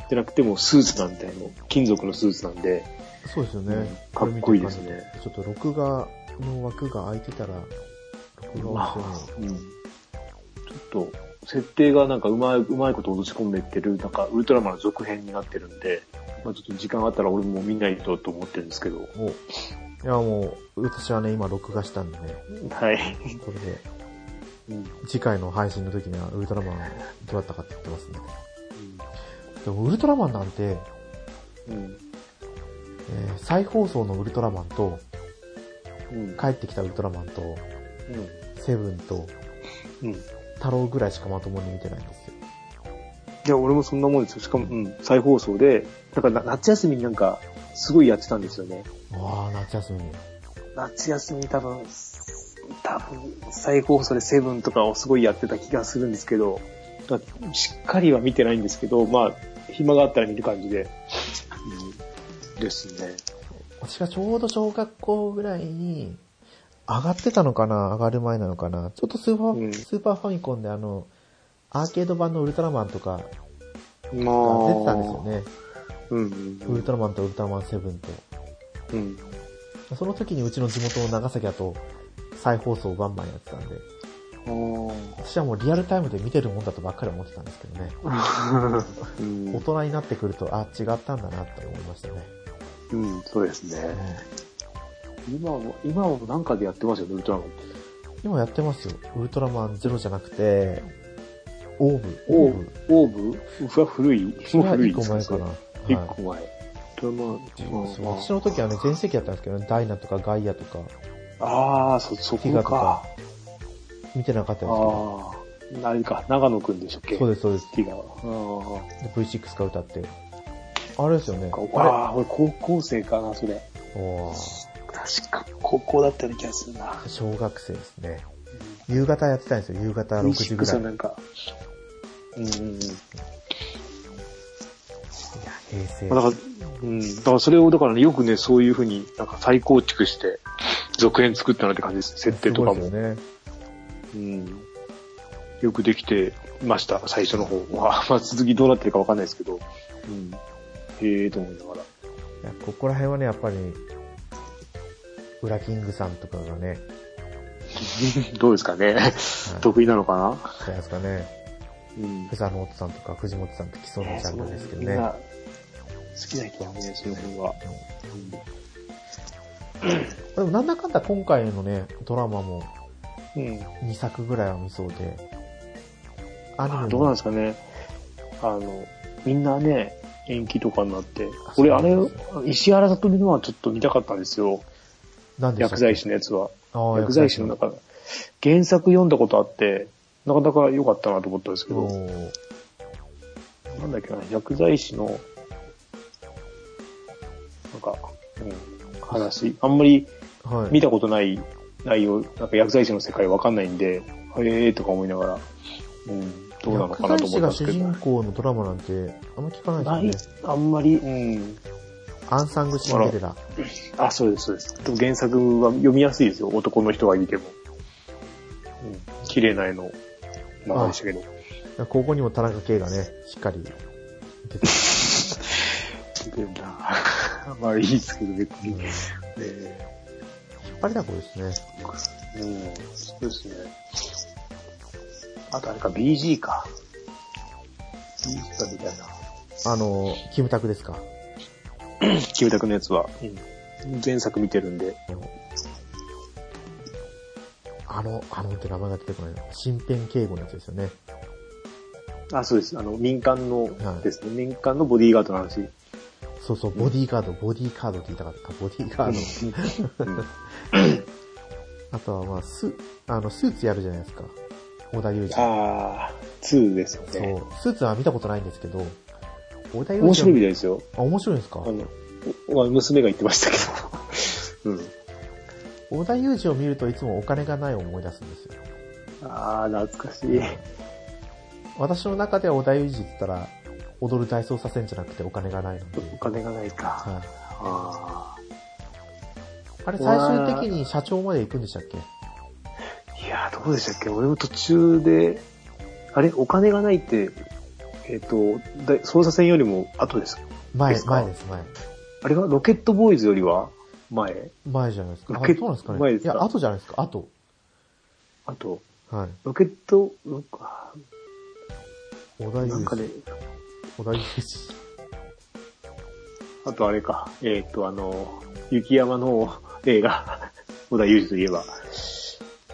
Speaker 2: じゃなくてもうスーツなんて、あの金属のスーツなんで、
Speaker 1: そうですよね。
Speaker 2: かっこいいですね
Speaker 1: これ見てる感じちょっと録画の枠が空いてたら、録画をして
Speaker 2: うん。ちょっと、設定がなんかうまい、うまいこと落とし込んでいってる、なんかウルトラマンの続編になってるんで、まあちょっと時間あったら俺も見ないとと思ってるんですけど。
Speaker 1: おいや、もう、私はね、今録画したんでね、
Speaker 2: はい。
Speaker 1: これで、次回の配信の時にはウルトラマンどうだったかって言ってますね。でも、ウルトラマンなんて、
Speaker 2: うん。
Speaker 1: えー再放送のウルトラマンと、
Speaker 2: うん。
Speaker 1: 帰ってきたウルトラマンと、セブンと、
Speaker 2: うん。うん。
Speaker 1: 太郎ぐらいしかまともに見てないんですよ。
Speaker 2: いや、俺もそんなもんですよ。しかも、うん、再放送で、なんかな夏休みになんか、すごいやってたんですよね。
Speaker 1: ああ、夏休みに。
Speaker 2: 夏休み多分、多分、再放送でセブンとかをすごいやってた気がするんですけど、だしっかりは見てないんですけど、まあ、暇があったら見る感じで。うん、ですね。
Speaker 1: 私がちょうど小学校ぐらいに、上がってたのかな上がる前なのかなちょっとスーパー、
Speaker 2: うん
Speaker 1: スーパーファミコンであの、アーケード版のウルトラマンとか
Speaker 2: ま
Speaker 1: が出てたんですよ。ね。
Speaker 2: うん
Speaker 1: ウルトラマンとウルトラマンセブンと。
Speaker 2: うん、うん。
Speaker 1: その時にうちの地元の長崎だと再放送をバンバンやってたんで、私はもうリアルタイムで見てるもんだとばっかり思ってたんですけどね。
Speaker 2: あー うん
Speaker 1: 大人になってくると、あ、違ったんだなって思いましたね。
Speaker 2: うん、そうです
Speaker 1: うん
Speaker 2: ね。今も、今もなんかでやってますよね、ウルトラマンって。
Speaker 1: 今やってますよ。ウルトラマンゼロじゃなくて、オーブ、
Speaker 2: オ
Speaker 1: オー
Speaker 2: ー
Speaker 1: ブ
Speaker 2: ブ。、オーブふわ古い
Speaker 1: そ
Speaker 2: もう
Speaker 1: れは
Speaker 2: 古
Speaker 1: 一
Speaker 2: いで
Speaker 1: 個
Speaker 2: す
Speaker 1: 前かな。は
Speaker 2: 一
Speaker 1: い
Speaker 2: 個前。ドラマ、
Speaker 1: そう私の時はね、全盛期だったんですけどね、ダイナとかガイアとか、
Speaker 2: ああ、そ、そ
Speaker 1: ティ
Speaker 2: こ
Speaker 1: ガとか
Speaker 2: か。、
Speaker 1: 見てなかったんですけど、
Speaker 2: ああ、あれか、長野くんでしたっけ
Speaker 1: そう
Speaker 2: で
Speaker 1: です、そうです。
Speaker 2: ティガは。
Speaker 1: で V6 が歌って。あれですよね。
Speaker 2: ああ、
Speaker 1: あ
Speaker 2: ああ俺高校生かな、それ。
Speaker 1: れおー
Speaker 2: 確か、高校だったような気がするな。
Speaker 1: 小学生ですね。夕方やってたんですよ、夕方6時ぐらい。
Speaker 2: 26
Speaker 1: い
Speaker 2: な
Speaker 1: や
Speaker 2: んか。うんうん
Speaker 1: 平成。
Speaker 2: うん。だから、うん。だからそれを、だからね、よくね、そういうふうになんか再構築して、続編作ったなって感じです。設定とか
Speaker 1: す
Speaker 2: も。
Speaker 1: ごいですよね。
Speaker 2: うん。よくできてました、最初の方は。 まあ、続きどうなってるかわかんないですけど。うん。へえーと思いながら。
Speaker 1: い やここら辺はね、やっぱり、ウラキングさんとかがね、
Speaker 2: どうですかね。得意なのかな
Speaker 1: じゃないですかね、
Speaker 2: うん
Speaker 1: フ。ザノートさんとか藤本さんと来そうなジャンルですけどね。
Speaker 2: みんな好きな人はね、その辺は。
Speaker 1: でもなんだかんだ今回のね、ドラマも
Speaker 2: うん。
Speaker 1: 2作ぐらいは見そうで、アニメ
Speaker 2: あ
Speaker 1: も
Speaker 2: どうなんですかね。あの、みんなね、延期とかになって
Speaker 1: あ。
Speaker 2: 俺、
Speaker 1: そ
Speaker 2: あ
Speaker 1: うな
Speaker 2: れ
Speaker 1: んで、
Speaker 2: 石原さとみのはちょっと見たかったんですよ。
Speaker 1: なんでした
Speaker 2: 薬
Speaker 1: っ
Speaker 2: 剤
Speaker 1: け
Speaker 2: 師のやつは。
Speaker 1: ああ
Speaker 2: 薬剤師の中、原作薬剤師の原作読んだことあって、なかなか良かったなと思ったんですけ
Speaker 1: お
Speaker 2: ど、
Speaker 1: ー
Speaker 2: なんだっけな、薬剤師の、なんか、うん、話、あんまり
Speaker 1: はい。
Speaker 2: 見たことない内容、なんか薬剤師の世界わかんないんで、ええーとか思いながら、うん、どうなのかなと思った
Speaker 1: 薬剤
Speaker 2: んです
Speaker 1: 師
Speaker 2: け
Speaker 1: が主
Speaker 2: ど
Speaker 1: 人。公のドラマなんて、あんま聞か
Speaker 2: な
Speaker 1: ない
Speaker 2: い
Speaker 1: ですよね。、
Speaker 2: あんまり、うん。
Speaker 1: アンサングシンデレラ。
Speaker 2: あ、そうです、そうです。でも原作は読みやすいですよ、男の人が見ても。うん、綺麗な絵の中でしたけど。
Speaker 1: ここにも田中圭がね、しっかり出てき
Speaker 2: 見てるなまあいい ですけど、別
Speaker 1: て、う
Speaker 2: に。
Speaker 1: ん
Speaker 2: ね
Speaker 1: 引っ
Speaker 2: え
Speaker 1: 張りだこですね。
Speaker 2: うん、そうですね。あとあれか、BG か。BG かみたいな。
Speaker 1: あの、キムタクですか。
Speaker 2: キムタクのやつは、うん、前作見てるんで。
Speaker 1: あの、あのって名前が出てこないな。身辺警護のやつですよね。
Speaker 2: あ、そうです。あの、民間の
Speaker 1: はい
Speaker 2: ですね、民間のボディーガードの話。
Speaker 1: そうそう、ボディーガード、ボディーカードって言いたかった。ボディーガード。あとは、まあ、ス、あの、スーツやるじゃないですか。小田裕二。
Speaker 2: あー、2です
Speaker 1: そ
Speaker 2: ね。
Speaker 1: う。スーツは見たことないんですけど、小田裕二。
Speaker 2: 面白いみたいですよ。
Speaker 1: あ、面白いんですか
Speaker 2: あの、お娘が言ってましたけど。 うん。
Speaker 1: 小田裕二を見るといつもお金がないを思い出すんですよ。
Speaker 2: あー、懐かしい。
Speaker 1: 私の中では小田裕二って言ったら、踊る大捜査線じゃなくてお金がないので。
Speaker 2: お金がないか。
Speaker 1: はい。
Speaker 2: あ
Speaker 1: あれ、最終的に社長まで行くんでしたっけ
Speaker 2: ーいやー、どうでしたっけ俺も途中で、あれお金がないって、えっ、と、だ捜査線よりも後です。
Speaker 1: 前
Speaker 2: で、すか
Speaker 1: 前です、前。
Speaker 2: あれがロケットボーイズよりは前
Speaker 1: 前じゃないですか。あ、
Speaker 2: ロケ
Speaker 1: そうなんですかね。
Speaker 2: 前ですか
Speaker 1: いや、後じゃないですか、後。
Speaker 2: あと、
Speaker 1: はい。
Speaker 2: ロケット、ロあ
Speaker 1: 小田
Speaker 2: なんか
Speaker 1: 裕
Speaker 2: ね
Speaker 1: 二。、小田裕二。
Speaker 2: あとあれか、えーっと、あの、雪山の映画、 小田裕二といえば、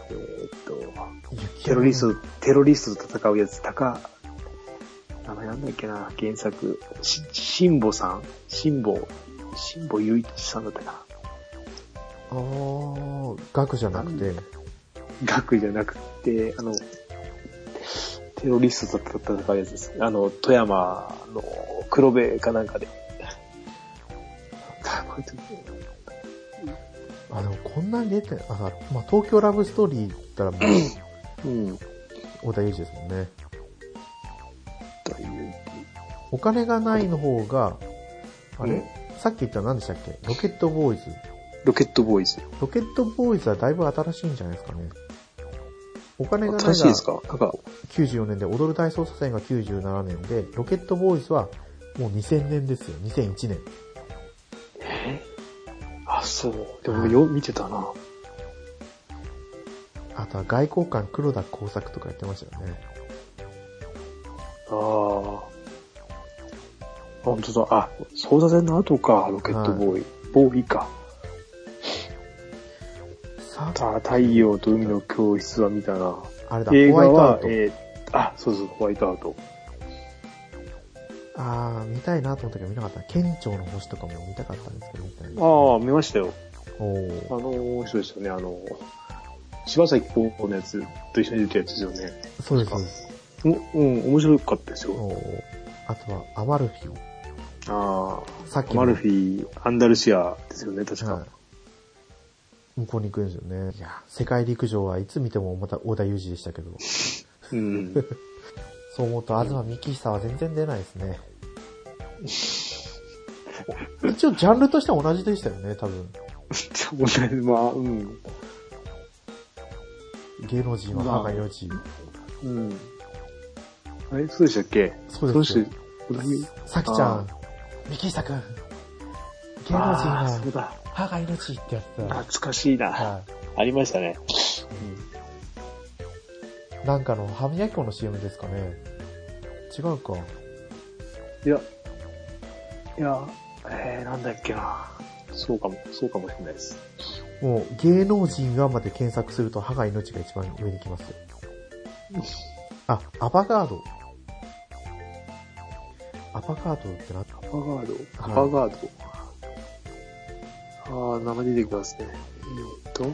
Speaker 2: えーっと、テロリスト、テロリストと戦うやつ、高、名前なんだっけな、原作、し、辛坊さん辛坊、辛坊雄一さんだったか
Speaker 1: あー、額じゃなくて、
Speaker 2: な。学じゃなくて、あの、テロリストと戦うやつです。あの、富山の黒部かなんかで。 こういう時
Speaker 1: あ、でもこんなに出て、あ、まあ、東京ラブストーリーったらもう、
Speaker 2: うん。
Speaker 1: 小田裕二ですもんね。
Speaker 2: という
Speaker 1: お金がないの方が、あれ、
Speaker 2: うん
Speaker 1: さっき言った何でしたっけロケットボーイズ。
Speaker 2: ロケットボーイズ。
Speaker 1: ロケットボーイズはだいぶ新しいんじゃないですかね。お金がないが
Speaker 2: 新しいですかなんか、
Speaker 1: 94年で、踊る大捜査線が97年で、ロケットボーイズはもう2000年ですよ。2001年。
Speaker 2: あ、そう。でもよ、見てたな。
Speaker 1: あとは外交官黒田工作とかやってましたよね。
Speaker 2: ああ。本当だ。あ、操作戦の後か、ロケットボーイ。ボーイか。
Speaker 1: さあ、
Speaker 2: た太陽と海の教室は見たな。
Speaker 1: あれだ、
Speaker 2: 映
Speaker 1: ホワ
Speaker 2: 画
Speaker 1: イトア
Speaker 2: は
Speaker 1: ウ、ト。
Speaker 2: えー、あ、そうそう、ホワイトアウト。
Speaker 1: あー、見たいなと思ったけど見なかった。県庁の星とかも見たかったんですけど、見たいな。
Speaker 2: ああ、見ましたよ。
Speaker 1: おー
Speaker 2: あのー、人でしたね、あのー、柴咲コウのやつと一緒に出たやつですよね。
Speaker 1: そうです、そうです。
Speaker 2: ううん、面白かったですよ。
Speaker 1: おーあとは、アマルフィを。
Speaker 2: ああ、
Speaker 1: さっき
Speaker 2: マル
Speaker 1: ィ
Speaker 2: フィ、アンダルシアですよね、確か。
Speaker 1: はい、向こうに行くんですよね。いや、世界陸上はいつ見てもまた小田裕二でしたけど、
Speaker 2: うん。
Speaker 1: そう思うと東幹久は全然出ないですね。 一応ジャンルとしては同じでしたよね、多分。
Speaker 2: じゃあ、問題、まあ、うん。
Speaker 1: 芸能人は歯が命。
Speaker 2: うん。あれそうでしたっけ
Speaker 1: そうですよ
Speaker 2: そう小田裕
Speaker 1: さきちゃ
Speaker 2: あ
Speaker 1: ん、幹久くん、芸能人
Speaker 2: あー
Speaker 1: は
Speaker 2: そうだ。
Speaker 1: 歯が命ってやつだ。
Speaker 2: 懐かしいな。
Speaker 1: は
Speaker 2: ありましたね。
Speaker 1: い。なんかの歯磨き粉の CM ですかね。違うか。
Speaker 2: いや、いや、えー、なんだっけな。そうかも、そうかもしれないです。
Speaker 1: もう芸能人はまで検索すると歯が命が一番上に来ますよ。あ、アバガード。アバガードってなんだ
Speaker 2: アパガード、ア
Speaker 1: はい
Speaker 2: パガード。ああ、名前出てきますね。えっと、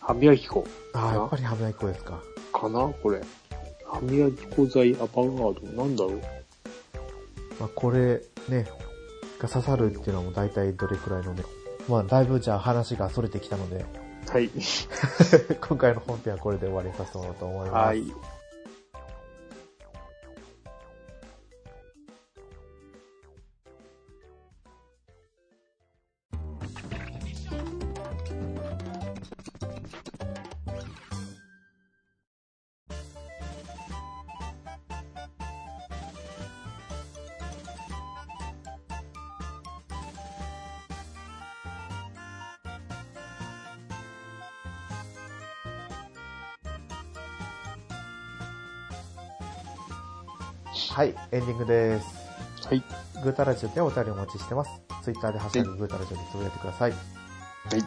Speaker 2: 歯磨き粉
Speaker 1: あー、やっぱり歯磨き粉ですか。
Speaker 2: かなこれ。歯磨き粉剤アパガード。なんだろう
Speaker 1: まあこれね、が刺さるっていうのはもう大体どれくらいのね。まあだいぶじゃあ話が逸れてきたので、
Speaker 2: はい。
Speaker 1: 今回の本編はこれで終わりにさせてもらおうと思います。
Speaker 2: はい。
Speaker 1: はい、エンディングです。
Speaker 2: はい。
Speaker 1: グータラジオではお便りお待ちしてます。ツイッターでハッシュタググータラジオでつぶやいてください。
Speaker 2: はい。
Speaker 1: はい。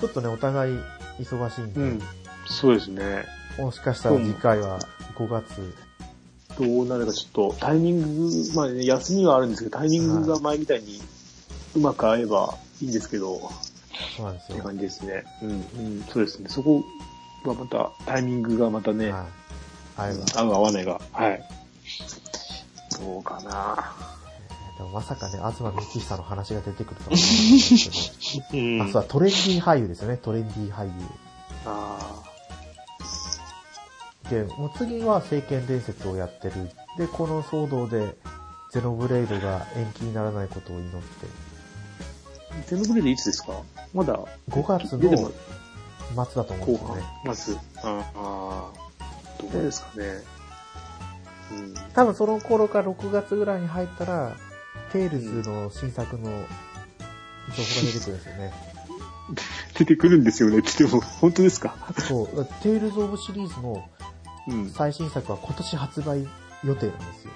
Speaker 1: ちょっとね、お互い忙しいんで、
Speaker 2: うん。そうですね。
Speaker 1: もしかしたら次回は5月、
Speaker 2: どうなるかちょっと、タイミング、まあね、休みはあるんですけど、タイミングが前みたいにうまく合えばいいんですけど、
Speaker 1: そうなんです
Speaker 2: って
Speaker 1: よ。
Speaker 2: 感じですね。うん、うん、そうですね。そこはまた、タイミングがまたね、
Speaker 1: はい。あれは、
Speaker 2: 合う合わないが、はい。どうかな
Speaker 1: でもまさかね、東幹久の話が出てくるとは思うんですけ
Speaker 2: うん
Speaker 1: ど、あ、そうだ、トレンディー俳優ですよね、トレンディー俳優。
Speaker 2: あ
Speaker 1: で、もう次は聖剣伝説をやってる。で、この騒動で、ゼノブレイドが延期にならないことを祈って、
Speaker 2: ーゼノブレイドいつですかまだ、
Speaker 1: 5月
Speaker 2: 出ても
Speaker 1: の末だと思うん
Speaker 2: 後
Speaker 1: ですよ
Speaker 2: 半、
Speaker 1: ね。
Speaker 2: まず、ああー、どうですかね。うん。
Speaker 1: 多分その頃か6月ぐらいに入ったら、テイルズの新作の情報が出てくるんですよね。
Speaker 2: 出てくるんですよねって言っても、本当ですか
Speaker 1: そう、だからテイルズ・オブシリーズの
Speaker 2: うん。
Speaker 1: 最新作は今年発売予定なんですよ。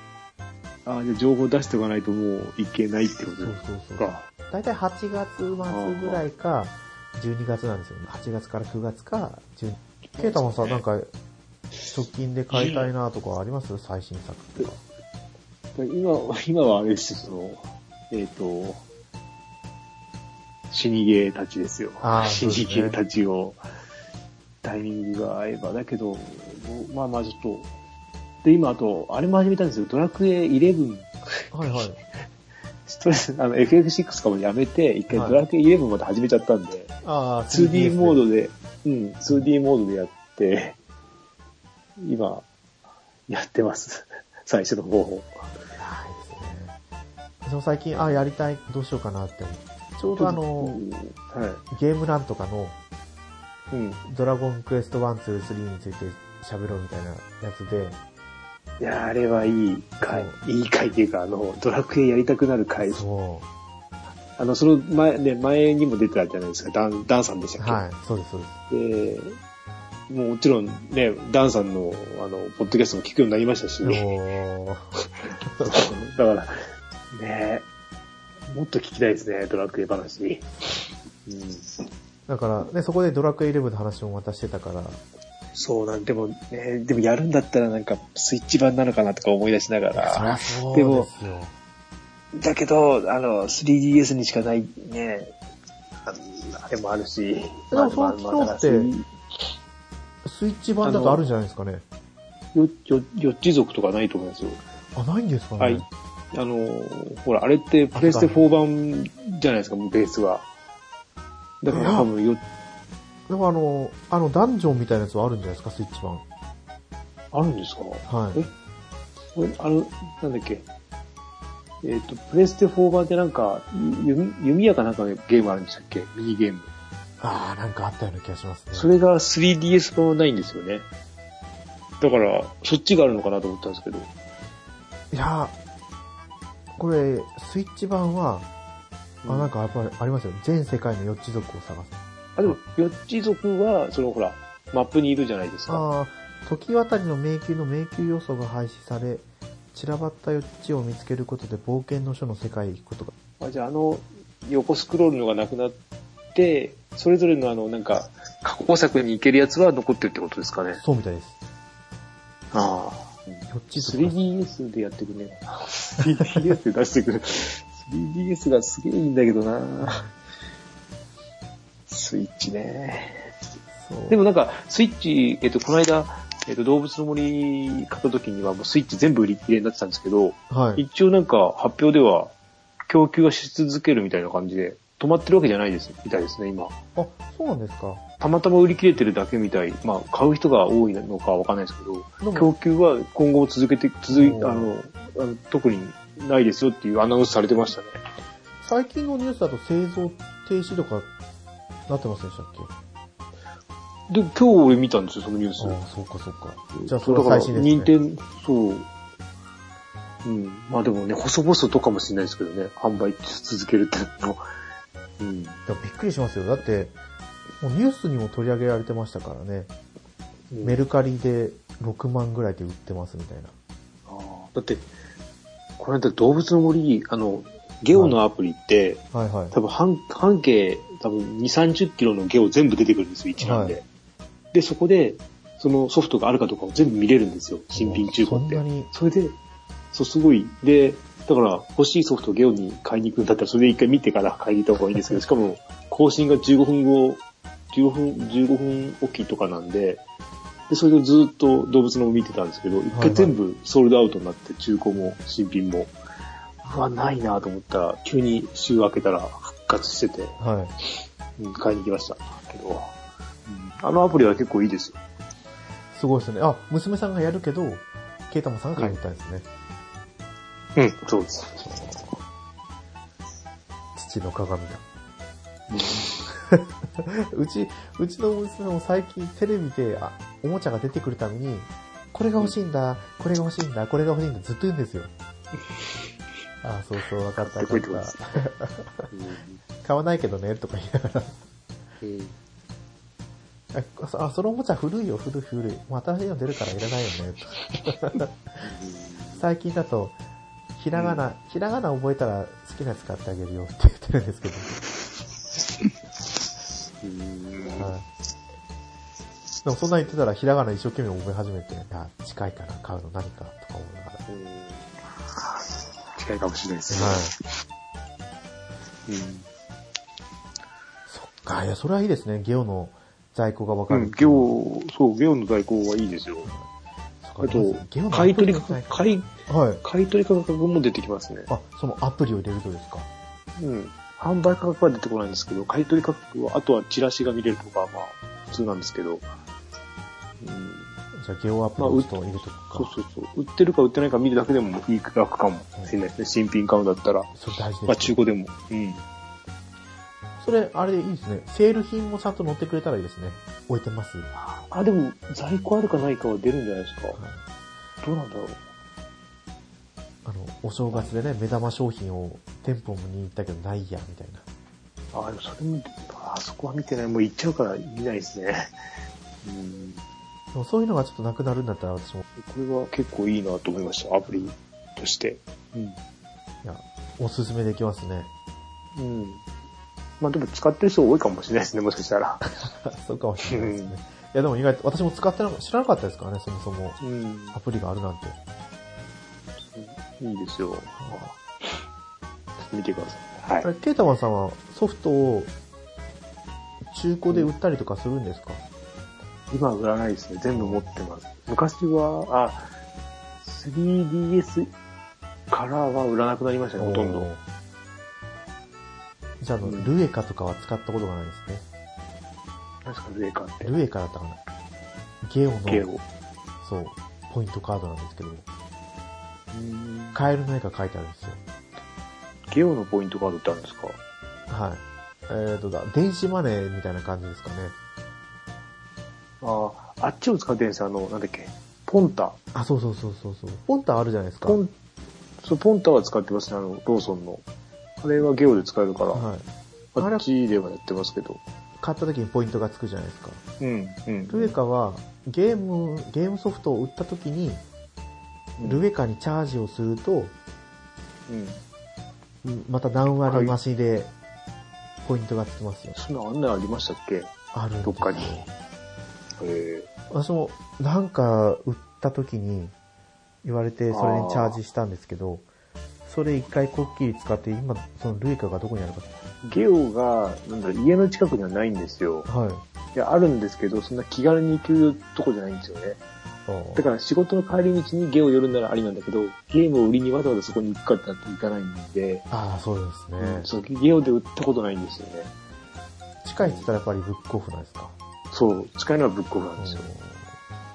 Speaker 2: ああ、じゃあ情報出しておかないともういけないってこ
Speaker 1: そうそう
Speaker 2: と
Speaker 1: そう。
Speaker 2: か。
Speaker 1: 大体8月末ぐらいか、12月なんですよね。8月から9月か、12ケイタもさ、なんか、直近で買いたいなとかあります最新作とか。
Speaker 2: 今は、今はあれですよ、その、えっ、と、死にゲーたちですよ。
Speaker 1: あーそ
Speaker 2: 死
Speaker 1: うです
Speaker 2: に
Speaker 1: ね
Speaker 2: ゲーたちを、タイミングが合えば、だけど、まあまあちょっと、で、今あと、あれも始めたんですよ、ドラクエ11、
Speaker 1: はいはい。
Speaker 2: とりあえず、あの、FF6 かもやめて、一回
Speaker 1: はい
Speaker 2: ドラクエ11まで始めちゃったんで、
Speaker 1: ああ、
Speaker 2: 2D モー
Speaker 1: ド。
Speaker 2: ドで、うん、2D モードでやって、今、やってます。 最初の方法。
Speaker 1: はいですね。私も最近、あやりたい、どうしようかなって思って。ちょうどあの、
Speaker 2: うん、はい。
Speaker 1: ゲームなんとかの、
Speaker 2: うん。
Speaker 1: ドラゴンクエスト1、2、3について喋ろうみたいなやつで、
Speaker 2: いや、あれはいい回、いい回っていうか、あの、ドラクエやりたくなる回。
Speaker 1: そ
Speaker 2: あの、その前、ね、前にも出てたじゃないですか、ダン、ダンさんで
Speaker 1: う。
Speaker 2: したっけ、
Speaker 1: はい、そうです、そうです。
Speaker 2: で、もうもちろんね、ダンさんの、あの、ポッドキャストも聞くようになりましたし、
Speaker 1: おー
Speaker 2: だから、ね、もっと聞きたいですね、ドラクエ話。うん、
Speaker 1: だから、ね、そこでドラクエ11の話もまたしてたから、
Speaker 2: そうなん、でも、ね、でもやるんだったらなんか、スイッチ版なのかなとか思い出しなが
Speaker 1: そり
Speaker 2: ら、
Speaker 1: ゃそう
Speaker 2: でも
Speaker 1: ですよ。
Speaker 2: だけど、あの、3DS にしかないね、あのあれもあるし、で
Speaker 1: もそうそうってスイッチ版だとあるんじゃないですかね。
Speaker 2: よ、よ、よっち族とかないと思いますよ。
Speaker 1: あ、ないんですかね。
Speaker 2: はい。あの、ほら、あれってプレステ4版じゃないですか、もうベースが。だから多分よ、
Speaker 1: でもあの、あの、ダンジョンみたいなやつはあるんじゃないですか、スイッチ版。
Speaker 2: あるんですか
Speaker 1: はい。
Speaker 2: これ、あの、なんだっけ。えっ、と、プレステ4版ってなんか、ゆ弓弓矢かなんかのゲームあるんでしたっけミニゲーム。
Speaker 1: あー、なんかあったような気がしますね。
Speaker 2: それが 3DS 版はないんですよね。だから、そっちがあるのかなと思ったんですけど。
Speaker 1: いやーこれ、スイッチ版は、あ、なんかやっぱりありますよ。全世界の四地族を探す。
Speaker 2: あ、でも、ヨッチ族は、そのほら、マップにいるじゃないですか。
Speaker 1: ああ、時渡りの迷宮の迷宮要素が廃止され、散らばった四地を見つけることで冒険の書の世界へ行くことが。
Speaker 2: あじゃあ、あの、横スクロールのがなくなって、それぞれのあの、なんか、過去作に行けるやつは残ってるってことですかね。
Speaker 1: そうみたいです。
Speaker 2: ああ。
Speaker 1: 四地族が。
Speaker 2: 3DS でやってくんねえかな。3DS で出してくる。3DS がすげえいいんだけどなスイッチね。
Speaker 1: そう
Speaker 2: でもなんか、スイッチ、えっ、と、この間、えっ、と、動物の森買った時にはもうスイッチ全部売り切れになってたんですけど、
Speaker 1: はい。
Speaker 2: 一応なんか発表では供給はし続けるみたいな感じで、止まってるわけじゃないです、みたいですね、今。
Speaker 1: あ、そうなんですか。
Speaker 2: たまたま売り切れてるだけみたい。まあ、買う人が多いのかわかんないですけ
Speaker 1: で
Speaker 2: ど、
Speaker 1: も
Speaker 2: 供給は今後も続けて、続い、あ
Speaker 1: おー
Speaker 2: の、あの特にないですよっていうアナウンスされてましたね。
Speaker 1: 最近のニュースだと製造停止とかなってませんでしたっけ
Speaker 2: で、今日俺見たんですよ、そのニュース。
Speaker 1: ああ、そうかそうか。じゃあそれは最新ですね。
Speaker 2: 認定、そう。うん。まあでもね、細々とかもしれないですけどね、販売続けるってのは。うん。
Speaker 1: でもびっくりしますよ。だって、もうニュースにも取り上げられてましたからね。メルカリで6万ぐらいで売ってますみたいな。
Speaker 2: あーだって、この間動物の森、あの、ゲオのアプリって、
Speaker 1: はいはい。
Speaker 2: 多分半半径多分2、30キロのゲオ全部出てくるんですよ、一覧で。で、そこで、そのソフトがあるかどうかを全部見れるんですよ、新品中古って。
Speaker 1: そんなに
Speaker 2: それで、そう、すごい。で、だから欲しいソフトをゲオに買いに行くんだったら、それで一回見てから買いに行った方がいいん ですけど、しかも、更新が15分後、15分、15分おきとかなんで、で、それをずっと動物のも見てたんですけど、一
Speaker 1: はい
Speaker 2: 回全部ソールドアウトになって、中古も新品も。うわ、ないなと思ったら、急に週明けたら復活してて、
Speaker 1: はい。
Speaker 2: うん買いに行きましたけど、あのアプリは結構いいですよ。
Speaker 1: すごいですね。あ、娘さんがやるけど、ケイタマさんが買いに行ったんですね。
Speaker 2: うん、そうです。
Speaker 1: 父の鏡だ。 うち、うちの娘も最近テレビで、あ、おもちゃが出てくるために、これが欲しいんだ、これが欲しいんだ、これが欲しいんだ、ずっと言うんです よ。あ、そうそう、分かった、
Speaker 2: 買ってこい
Speaker 1: 分
Speaker 2: ってこ
Speaker 1: か
Speaker 2: と
Speaker 1: っ
Speaker 2: です
Speaker 1: た。買わないけどね、とか言いながら。
Speaker 2: うん。
Speaker 1: あ、あそ のおもちゃ古いよ、古い古い。もう新しいの出るからいらないよね。最近だと、ひらがな、ひらがな覚えたら好きなやつ買ってあげるよって言ってるんですけど。
Speaker 2: うん。
Speaker 1: はい。でもそんな言ってたら、ひらがな一生懸命覚え始めて、あ、近いかな、買うの何かとか思いながら。
Speaker 2: 近いかもしれないですね。
Speaker 1: はい。
Speaker 2: うん
Speaker 1: そっか、いや、それはいいですね。ゲオの在庫がわか
Speaker 2: う
Speaker 1: る。
Speaker 2: ん、ゲオ、そう、ゲオの代行はいいですよ。
Speaker 1: そ
Speaker 2: あ
Speaker 1: っか、
Speaker 2: と
Speaker 1: ゲオ、の
Speaker 2: 買い取り
Speaker 1: アプリ
Speaker 2: 価
Speaker 1: の在
Speaker 2: 格、買い、
Speaker 1: 庫はい。
Speaker 2: 買い取り価格も出てきますね。
Speaker 1: あ、そのアプリを入れるとですか。
Speaker 2: うん。販売価格は出てこないんですけど、買い取り価格は、あとはチラシが見れるとか、まあ、普通なんですけど、うん、
Speaker 1: じゃあ、ゲオアプリをちょっと入れとくか。
Speaker 2: そうそうそう。売ってるか売ってないか見るだけでもいい楽かもしれないですね。新品買うんだったら。
Speaker 1: それ大事
Speaker 2: まあ、
Speaker 1: です
Speaker 2: 中
Speaker 1: ね。
Speaker 2: 古でも。うん。
Speaker 1: それ、あれでいいですね。セール品もちゃんと載ってくれたらいいですね。置いてます。はい
Speaker 2: あ、でも、在庫あるかないかは出るんじゃないですか。どうなんだろう。
Speaker 1: あの、お正月でね、目玉商品を店舗に行ったけどないや、みたいな。
Speaker 2: あ、でもそれも、あそこは見てない。もう行っちゃうから見ないですね。うん。
Speaker 1: でもそういうのがちょっとなくなるんだったら私も、
Speaker 2: これは結構いいなと思いました。アプリとして。うん。
Speaker 1: いや、おすすめできますね。
Speaker 2: うん。まあでも使ってる人多いかもしれないですね、もしかしたら。
Speaker 1: そうかもしれないですね。いや、でも意外と、私も使ってな、知らなかったですからね、そもそも。
Speaker 2: うん。
Speaker 1: アプリがあるなんて。
Speaker 2: いいですよ。見てください。
Speaker 1: あ
Speaker 2: はい。
Speaker 1: れ、ケータマンさんはソフトを中古で売ったりとかするんですか、
Speaker 2: 今は売らないですね。全部持ってます。昔は、あ、3DS からは売らなくなりましたね、ほとん
Speaker 1: お
Speaker 2: ど。
Speaker 1: ー。じゃあ、あの、ルエカとかは使ったことがないですね。
Speaker 2: 何ですか、ルエカって。
Speaker 1: ルエカだったかな。ゲオ
Speaker 2: ゲ
Speaker 1: の、
Speaker 2: オ。
Speaker 1: そう、ポイントカードなんですけど、カエルの絵が書いてあるんですよ。
Speaker 2: ゲオのポイントカードってあるんですか
Speaker 1: はい。えーとだ、電子マネーみたいな感じですかね。
Speaker 2: ああ、あっちを使ってるんですよ。あの、なんだっけ。ポンタ。
Speaker 1: あ、そうそうそうそうそう。ポンタあるじゃないですか。
Speaker 2: ポン、そう、ポンタは使ってますね。あの、ローソンの。あれはゲオで使えるから。
Speaker 1: はい。
Speaker 2: あっちではやってますけど。
Speaker 1: 買った時にポイントがつくじゃないですか。
Speaker 2: うん、うん。
Speaker 1: ルエカは、ゲーム、ゲームソフトを売った時に、ルエカにチャージをすると、
Speaker 2: うん。
Speaker 1: また何割増しで、ポイントがつきますよ。
Speaker 2: そんな案内ありましたっけ
Speaker 1: あるんです
Speaker 2: ど
Speaker 1: よ
Speaker 2: っかに。え
Speaker 1: 私も、なんか、売った時に、言われて、それにチャージしたんですけど、それ一回こっきり使って、今、そのルエカがどこにあるか。
Speaker 2: ーゲオが、なんだろう家の近くにはないんですよ。
Speaker 1: はい。
Speaker 2: いや、あるんですけど、そんな気軽に行けるとこじゃないんですよね。だから仕事の帰り道にゲオ寄るならありなんだけど、ゲームを売りにわざわざそこに行くかってなって行かないんで、
Speaker 1: ああ、そうですね。
Speaker 2: そうゲオで売ったことないんですよね。
Speaker 1: 近いって言ったらやっぱりブックオフなんですか。
Speaker 2: そう、使えるのはブックオフなんですよ。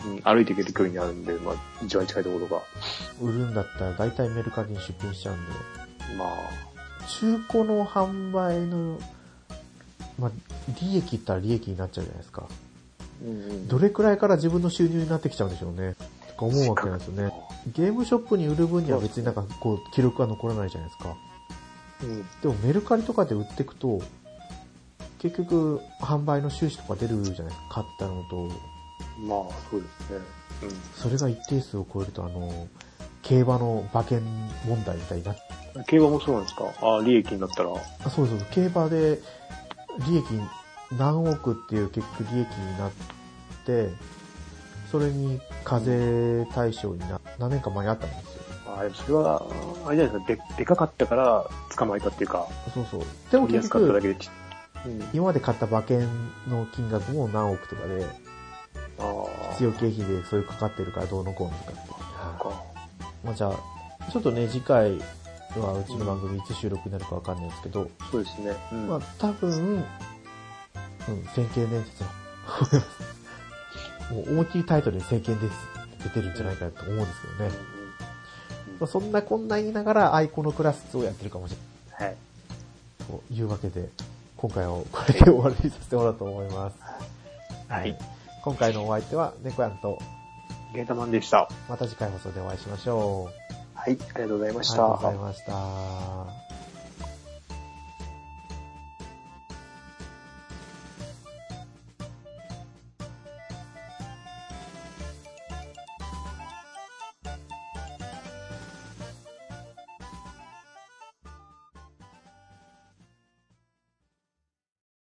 Speaker 1: う
Speaker 2: うん、歩いて行ける距離にあるんで、まあ、一番近いところが。
Speaker 1: ん売るんだったら、大体メルカリに出品しちゃうんで。
Speaker 2: まあ、
Speaker 1: 中古の販売の、まあ、利益ったら利益になっちゃうじゃないですか。
Speaker 2: うんうん
Speaker 1: どれくらいから自分の収入になってきちゃうんでしょうね。とか思うわけなんですよね。ゲームショップに売る分には別になんかこう記録が残らないじゃないですか。
Speaker 2: うん
Speaker 1: でもメルカリとかで売っていくと、結局販売の収支とか出るじゃないですか。買ったのと、
Speaker 2: まあ、そうですね。
Speaker 1: それが一定数を超えるとあの、競馬の馬券問題みたいになっ
Speaker 2: うん。競馬もそうなんですかああ、利益になったら。
Speaker 1: あそうそう、競馬で利益何億っていう結局利益になって、それに課税対象にな、何年か前にあったんですよ。
Speaker 2: ああ、それは、あれじゃないですか、で、でかかったから捕まえたっていうか、
Speaker 1: そうそう。でも
Speaker 2: 取りや
Speaker 1: 結
Speaker 2: すかっただ
Speaker 1: 局、
Speaker 2: けでち。うん。あ
Speaker 1: 今まで買った馬券の金額も何億とかで、
Speaker 2: あ、
Speaker 1: 必要経費でそういうかかってるからどうのこうのとかって。
Speaker 2: なん
Speaker 1: は
Speaker 2: か。
Speaker 1: いまあじゃあ、ちょっとね、次回はうちの番組いつ収録になるかわかんないですけど、
Speaker 2: そうですね。うん。
Speaker 1: まあ多分、うん、先見伝説の、 もう思いっきりタイトルに先見伝説って出てるんじゃないかなと思うんですけどね。まあ、そんなこんな言いながらアイコのクラス2をやってるかもしれ
Speaker 2: は
Speaker 1: な
Speaker 2: い。
Speaker 1: い。というわけで、今回はこれで終わりにさせてもらおうと思います。
Speaker 2: はい。
Speaker 1: 今回のお相手は猫やんと、
Speaker 2: ゲータマンでした。
Speaker 1: また次回放送でお会いしましょう。
Speaker 2: はい、ありがとうございま
Speaker 1: あ
Speaker 2: し
Speaker 1: り
Speaker 2: た。
Speaker 1: がとうございました。